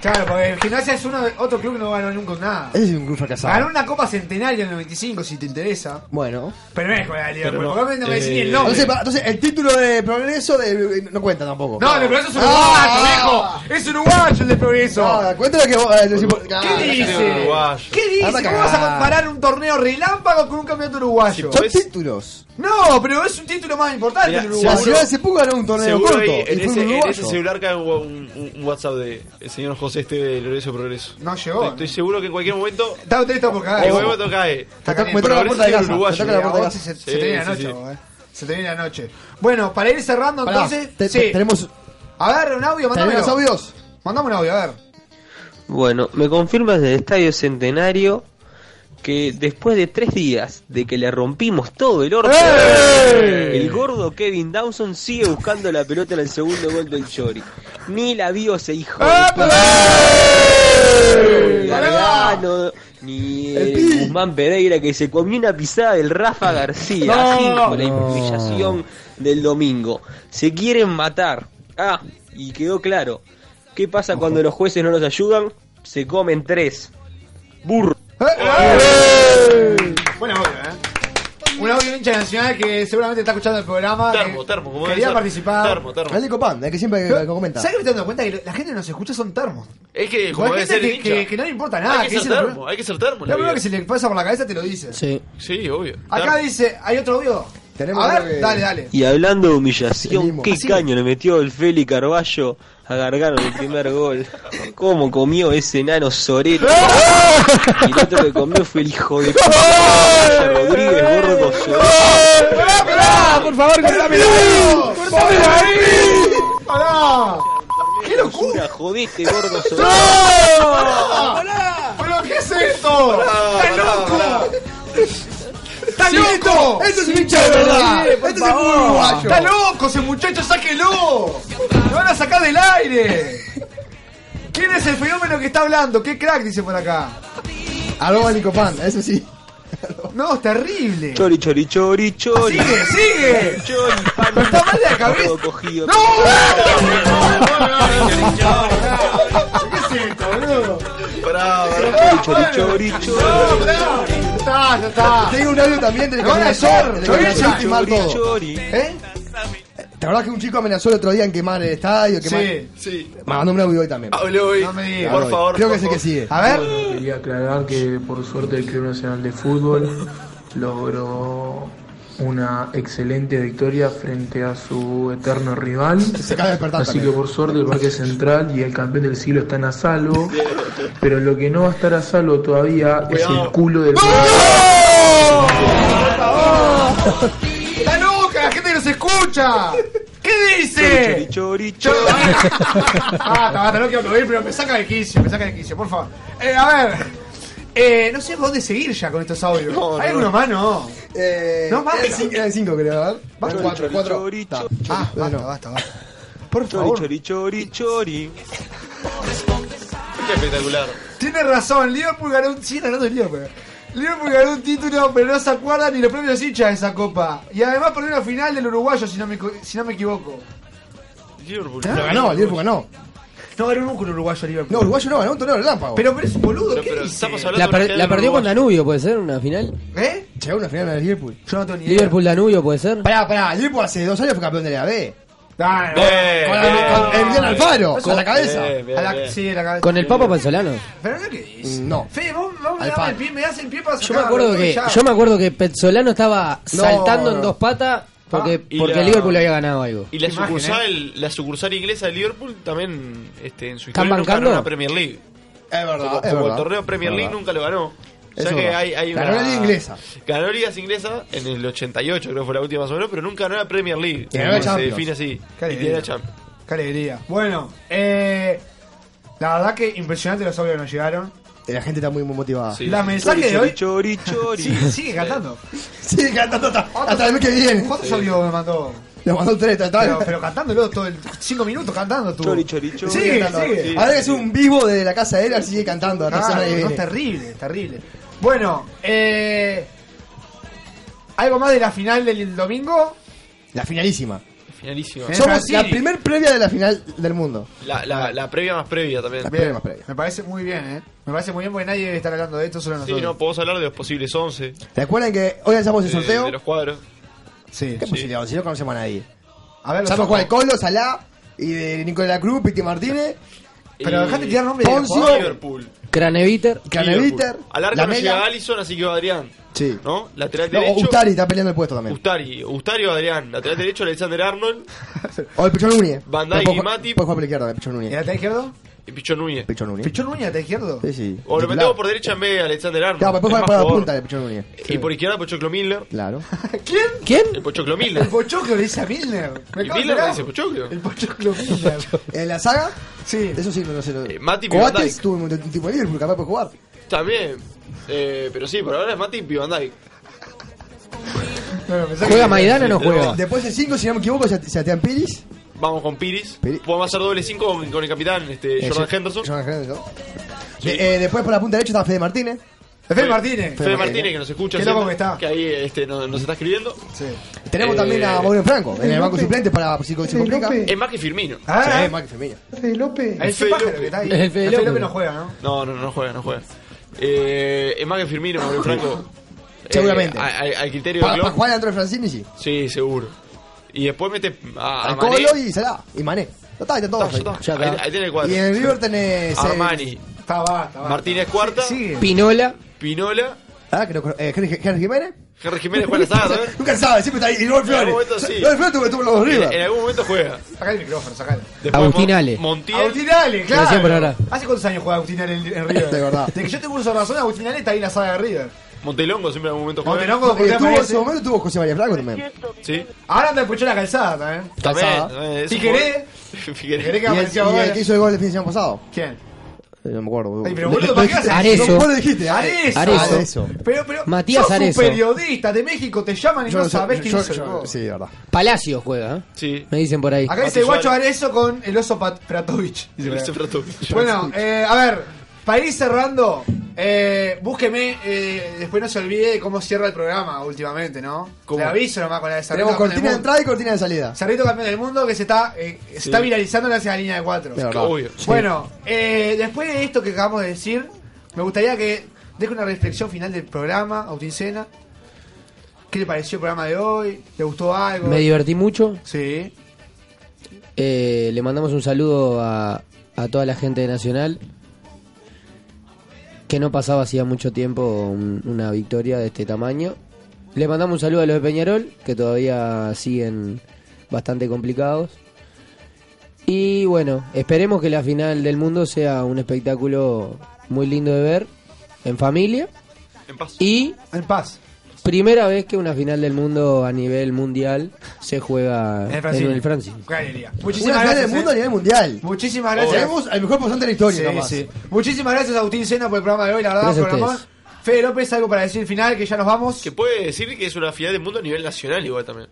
Claro, porque el Gimnasia es uno de, otro club que no ganó nunca nada. Ese es un club fracasado. Ganó una Copa Centenario en el 95, si te interesa. Bueno. Pero no es con la Liverpool. Pero no. porque vos no me decís ni el nombre. Entonces, pa- entonces, el título de progreso de- no cuenta tampoco. No, el de progreso es uruguayo, Ah. viejo. Es uruguayo el de progreso. Ah, cuéntale que vos. eh, decís, ah, ¿Qué dice? uruguayo. ¿Qué Anda dice? a ¿Cómo cagar. vas a comparar un torneo relámpago con un campeonato uruguayo? Son títulos. No, pero es un título más importante Mirá, el La uruguayo. ciudad de Cepú ganó un torneo Seguro corto. ahí, y en, fue un ese, en uruguayo. ese celular cae un, un- un WhatsApp de el señor José este de Lorenzo Progreso. No llegó, Estoy, ¿no? estoy seguro que en cualquier momento. Está usted está por cagar. En cualquier momento cae. caliente. Me toca la puerta de Progreso casa, uruguayo. me toca la puerta de casa. Sí, Se- se te viene la sí, noche, sí. vos, eh. Se te viene la noche. Bueno, para ir cerrando Pará, entonces. te- sí. te- tenemos- A ver, un audio, mandame ¿Tenemos audios? Mandame un audio, a ver. Bueno, me confirmas del Estadio Centenario que después de tres días de que le rompimos todo el orto, ¡Eh! el gordo Kevin Dawson sigue buscando la pelota en el segundo gol del Chori. Ni la vio ese hijo. de puta. Gargano, ni el Guzmán Pereira que se comió una pisada del Rafa García. No. Así con la No. improvisación del domingo. Se quieren matar. Ah, y quedó claro. ¿Qué pasa cuando los jueces no nos ayudan? Se comen tres. Burro. Buen audio, eh. Un audio de un hincha nacional que seguramente está escuchando el programa. Termo, que termo, como debe Quería ser. participar. Termo, termo. El de Copán, el que siempre que- que comenta. ¿Sabes que me estoy dando cuenta que la gente que nos escucha son termos? Es que, como Hay debe gente ser el que, que, hincha. que no le importa nada. Hay que es ser lo termo, primero- hay que ser termo. en Lo la primero que vida. se le pasa por la cabeza te lo dice. Sí. Sí, obvio. Acá dice, hay otro audio. A ver, dale, dale. Y hablando de humillación, qué Así. caño le metió el Feli Carballo a Gargano en el primer gol. ¿Cómo comió ese enano Sorero? Y el otro que comió fue el hijo de puta de Rodríguez Gordo Sorero. por favor, cortámelo ahí. Cortámelo ahí. Pará. ¡Qué locura! ¡Jodiste, gordo Sorero! ¡No! ¿Pero qué es esto? Ah, ¡Está loco! ¡Está loco! ¡Eso es un hincha de verdad! Por ¡Este es el fútbol uruguayo! ¡Está loco ese muchacho! ¡Sáquelo! ¡Lo van a sacar del aire! ¿Quién es el fenómeno que está hablando? ¿Qué crack dice por acá? Arroba Nico Pan, eso sí. No, es terrible. Chori, chori, chori, chori. Sigue, sigue. Chori, pan. está mal de la cabeza. Todo cogido. ¡No! ¿Qué es esto, boludo? Chori, chori, chori, chori. Ya está, ya está. Tengo un audio también del Lo van a amenazó- hacer, lo del que voy a amenazó hacer. a quemar Chori, todo. ¿Eh? ¿Te acordás que un chico amenazó el otro día en quemar el estadio? Quemar... Sí, sí. Mandó un audio hoy también. No me digas. Ahora voy. Creo que es el que sigue. A ver. Bueno, quería aclarar que por suerte el Club Nacional de Fútbol logró una excelente victoria frente a su eterno rival. despertar Así que también. por suerte el Parque Central y el campeón del siglo están a salvo. Pero lo que no va a estar a salvo todavía es el culo del ¡Está loca! ¡La gente que nos escucha! ¿Qué dice? Chori, Basta, basta, no quiero oír, pero me saca de quicio, me saca de quicio, por favor. Eh, a ver. Eh, no sé por dónde seguir ya con estos audios. No, ¿Hay no. alguno más? No. Eh, No, basta. eran cinco- Eran cinco, creo. a ver. Van Chori, cuatro, chori, cuatro. chori, Está. Ah, Bueno, basta, basta, basta. Por favor. Chori, chori, chori. Qué espectacular. Tiene razón, Liverpool ganó un... Siguen hablando de Liverpool. Liverpool ganó un título, pero no se acuerdan ni los propios hinchas de esa copa. Y además perdió la final del uruguayo, si no me, co- si no me equivoco. Liverpool. Lo ganó, Liverpool ganó. No ganó nunca un uruguayo Liverpool. No, Uruguayo no, ganó un torneo de lámpago. Pero, pero es un boludo, ¿qué pero dice? estamos La, per- la perdió con Danubio, ¿puede ser? ¿Una final? ¿Eh? Llegó a una final de Liverpool. Yo no tengo ni Liverpool-Danubio, ¿puede ser? Pará, pará, Liverpool hace dos años fue campeón de la B. Ah, Eh, Bien, con la- bien. con el Diana Alfaro, Eso, con la cabeza. bien, A la- bien. sí, la cabeza. ¿Con el Papa Panzolano? Pero no que dice. No. Fede, vos, vos me, Alfaro. dabas el pie, me das el pie para Yo me acuerdo que, yo me acuerdo que Pezzolano estaba saltando en dos patas porque, Ah, y porque la- Liverpool había ganado algo. Y la Imagen, sucursal, ¿eh? la sucursal inglesa de Liverpool también este, en su ¿Están historia nunca bancando? ganó una Premier League. Es verdad, Como, es como verdad. el torneo Premier Es League verdad. nunca lo ganó. Ya Eso que va. hay, hay una... Ganó la liga inglesa. Ganó Ligas Inglesa en el 88, creo que fue la última más o menos, pero nunca ganó la Premier League. Y ganó la Se Champions. define así. Qué Y tiene alegría. la Champions. Qué alegría. Bueno, eh, la verdad que impresionante los audios que nos llegaron. Eh, La gente está muy, muy motivada. Sí. La mensaje de hoy- Chori, chori. Sigue, sigue cantando. sigue cantando hasta, hasta el mes que viene. ¿Cuántos Sí. audios me mandó? Le mandó tres, total. Pero, pero cantándolo todo el 5 minutos cantando tú. Chori, chori, Yo voy Sigue, cantando. sigue. Ahora que es un vivo de la casa de él, así sigue cantando. hasta Ah, la semana que no, viene. es terrible, es terrible. Bueno, eh, algo más de la final del domingo. La finalísima. Finalísimo. Somos Eh, la primer previa de la final del mundo. La, la- la previa más previa también. La previa más previa. Me parece muy bien, ¿eh? Me parece muy bien porque nadie debe estar hablando de esto, solo Sí, nosotros. no, podemos hablar de los posibles 11. Recuerden que hoy lanzamos el de- sorteo. De, los cuadros. Sí. ¿Qué posibilidad? Si no conocemos a nadie. A ver, Sabemos cuál Colo, Salá, y de Nicolás Cruz, Piti Martínez. Pero dejate tirar nombre de Poncio, jugadores. Eh, Liverpool. Craneviter. Craneviter. Al arco La no Mela. llega Allison, así que va Adrián. Sí. ¿No? Lateral No, derecho. Ustari está peleando el puesto también. Ustari. Ustari o Adrián. Lateral derecho, Alexander Arnold. O el Pichón Núñez. Van Dijk Puede y ¿Eh? jugar- Matip. Puede jugar por la izquierda, el Pichón Núñez. ¿Lateral izquierdo? Y Pichón Núñez. Pichón Núñez. ¿Pichón Núñez lateral izquierdo? Sí, sí. O lo Titular. metemos por derecha en vez de Alexander Arnold. Claro, pero Es puede jugar más por la jugador. punta el Pichón Núñez. Y por izquierda, Pochoclo Milner. Claro. ¿Quién? ¿Quién? El Pochoclo Milner. El Pochoclo le dice a Milner. Me acabo de ¿Y Milner le enterar. dice Pochoclo? El Pochoclo Milner. ¿En la saga? Sí. Eso sí, no lo sé. Matip Eh, y Van Coates Dijk. tuvo un un tipo de Liverpool, capaz puede jugar. También. Eh, pero sí, por ahora es Mati y Van Dijk. Bueno, pensá que- ¿Juega Maidana o eh, no juega? Después de 5, si no me equivoco, se se atean Piris. Vamos con Piris. Podemos hacer doble 5 con, con el capitán este, Eh, Jordan sí. Henderson. Jordan Henderson. De- eh, después por la punta derecha está Fede Martínez. Fede Martínez. Fede Martínez, que nos escucha. Qué loco siempre, que ahí este, nos, nos está escribiendo. Tenemos Eh, también a Mauricio Franco en el banco suplente para si se complica. Es más que Firmino. Ah. Sí, más que Firmino. Fede López. El Fede López. El Fede López. no juega, ¿no? No, no, no, no juega, no juega. Eh, es más que Firmino, Mauricio Franco. Eh, Seguramente. a- a- al criterio Para de Klopp. Juan Andrés Francini, sí. Sí, seguro. Y después mete a, a Al Mané. Colo y Salá. Y Mané. Ya está, ahí están todos. ahí. Ahí, ahí tiene el cuadro. Y en el River tenés. eh, Armani. Martínez cuarta. Pinola. eh, Pinola. Ah, que no cono- eh, Henry Henry Jiménez. Henry Jiménez juega en la saga, ¿sabes? Nunca sabe, siempre está ahí. Y En Rol algún Flores. momento sí. Rol Flores tuvo tuvo los dos En, River. en algún momento juega. Sacá el micrófono, sacale. Después Agustín Mon- Ale. Montiel. Agustinale, claro. Gracias por ahora. ¿Hace cuántos años juega Agustinale en, en River? De verdad. Desde que yo tengo uso de razón, Agustinale está ahí en la saga de River. Montelongo siempre en algún momento juega. Montelongo, No, y José estuvo- María, en ese sí. momento tuvo José María Franco también. Sí. Ahora anda escuchando la calzada también. Calzada. También, eh, Si es un querés, jugador- si Figueres. querés Y que el, y apareció el ahora. que hizo el gol el fin de semana pasado. ¿Quién? Eh, No me acuerdo. Ay, pero boludo, ¿para qué haces? Arezzo. Vos lo dijiste. Arezzo. Arezo. Pero, pero, Matías sos un Arezzo. periodista de México, te llaman y no sabés quién es el gol. Sí, de verdad. Palacios juega, ¿eh? Sí. Me dicen por ahí. Acá dice Guacho Arezzo con el oso Pat- Pratovich. Dice por ahí. Ese Fratovich. Bueno, eh, a ver, para ir cerrando, eh, búsqueme, eh, después no se olvide de cómo cierra el programa últimamente, ¿no? ¿Cómo? Le aviso nomás con la de Cerrito Tenemos Campeón cortina de del Mundo. entrada y cortina de salida. Cerrito Campeón del Mundo que se está, eh, se Sí. está viralizando gracias a la línea de cuatro. De verdad. Obvio. Bueno, eh, después de esto que acabamos de decir, me gustaría que deje una reflexión final del programa, Autincena. ¿Qué le pareció el programa de hoy? ¿Le gustó algo? Me divertí mucho. Sí. Eh, le mandamos un saludo a, a toda la gente de Nacional. Que no pasaba hacía mucho tiempo un- una victoria de este tamaño. Le mandamos un saludo a los de Peñarol, que todavía siguen bastante complicados. Y bueno, esperemos que la final del mundo sea un espectáculo muy lindo de ver, en familia. En paz. Y. En paz. Primera vez que una final del mundo a nivel mundial se juega En el en Francini. el Francis. Qué alegría. Una Muchísimas final gracias. del mundo a eh. nivel mundial. Muchísimas gracias. Tenemos al mejor posante de la historia, Sí, capaz. sí. Muchísimas gracias, Agustín Sena, por el programa de hoy. La verdad, Gracias a programa. Fede López, algo para decir al final, que ya nos vamos. Que puede decir que es una final del mundo a nivel nacional igual también.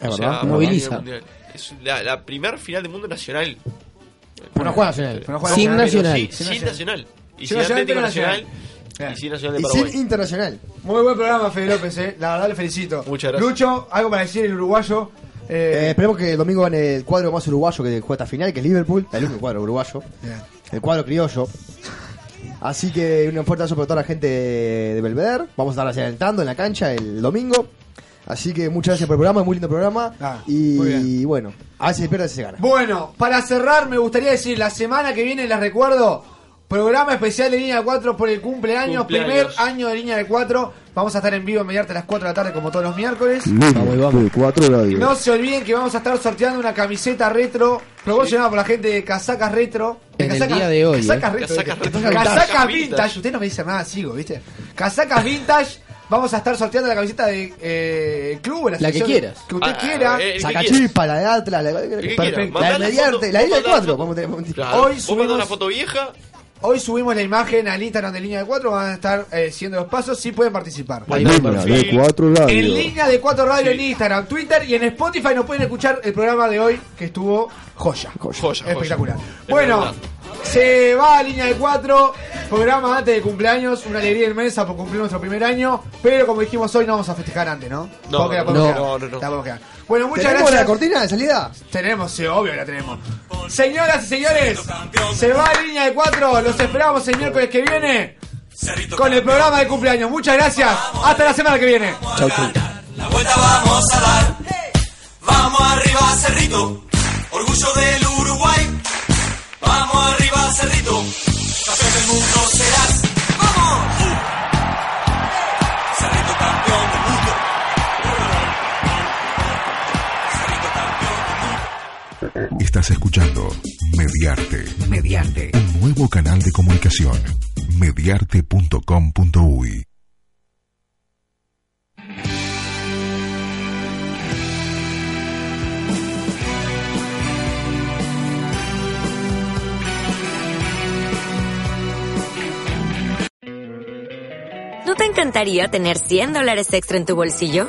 Es O sea, verdad. Moviliza. a nivel mundial. Es la, la primer final del mundo nacional. Pero no juega Nacional. Pero no Sin Pero Nacional. sí, Sin Sin, Nacional. Y Sin sin Nacional, Atlético pero Nacional. Nacional. Y sin Nacional de Y Paraguay. sin internacional. Muy buen programa, Fede López, eh. La verdad, le felicito. Muchas gracias. Lucho, algo para decir el uruguayo. Eh, Eh, esperemos que el domingo gane el cuadro más uruguayo que juega esta final, que es Liverpool. El único cuadro uruguayo. El cuadro criollo. Así que un fuerte abrazo para toda la gente de Belvedere. Vamos a estar adelantando en la cancha el domingo. Así que muchas gracias por el programa, muy lindo programa. Ah, y bueno, a veces se pierde, a veces se gana. Bueno, para cerrar, me gustaría decir, la semana que viene les recuerdo, Programa especial de Línea 4 por el cumpleaños, Cumpleaños. primer año de Línea de 4. Vamos a estar en vivo mediante las 4 de la tarde como todos los miércoles. vamos. Cuatro Y labios. No se olviden que vamos a estar sorteando una camiseta retro promocionada por la gente de Casacas Retro. En el Casacas- día de hoy, Casacas eh. Retro. Casacas ¿viste? retro. Casacas Casacas Vintage. vintage. Usted no me dice nada, sigo, ¿viste? Casacas Vintage. Vamos a estar sorteando la camiseta de eh, club, La que sección quieras. Que usted Ah, quiera. eh, el que Sacachispa, la de Atlas, la que Perfecto. quiera. La de Mandale Mediarte, foto, la isla de mandale cuatro. foto. Vamos a tener un Claro. Hoy Vos subimos- mandás una foto vieja. Hoy subimos la imagen al Instagram de Línea de 4. Van a estar eh, siendo los pasos. Sí pueden participar. de cuatro En labios. línea de 4 Radio en Instagram, Twitter y en Spotify nos pueden escuchar el programa de hoy que estuvo joya. Espectacular. Bueno, se va a línea de 4, programa antes de cumpleaños, una alegría inmensa por cumplir nuestro primer año, pero como dijimos hoy no vamos a festejar antes, ¿no? No, Porque la no, podemos no, quedar. no, no, no. La podemos quedar. Bueno, muchas ¿Tenemos gracias. la cortina de salida? Tenemos, sí, obvio la tenemos. Señoras y señores, se va a línea de 4, los esperamos el miércoles que viene con el programa de cumpleaños. Muchas gracias, hasta la semana que viene. Chau, chau. vamos a dar. Vamos arriba, Cerrito. Orgullo del Uruguay. Vamos arriba, Cerrito. Campeón del mundo serás. ¡Vamos! Cerrito campeón del mundo. Estás escuchando Mediarte. Mediarte. Un nuevo canal de comunicación. Mediarte.com.uy. ¿No te encantaría tener 100 dólares extra en tu bolsillo?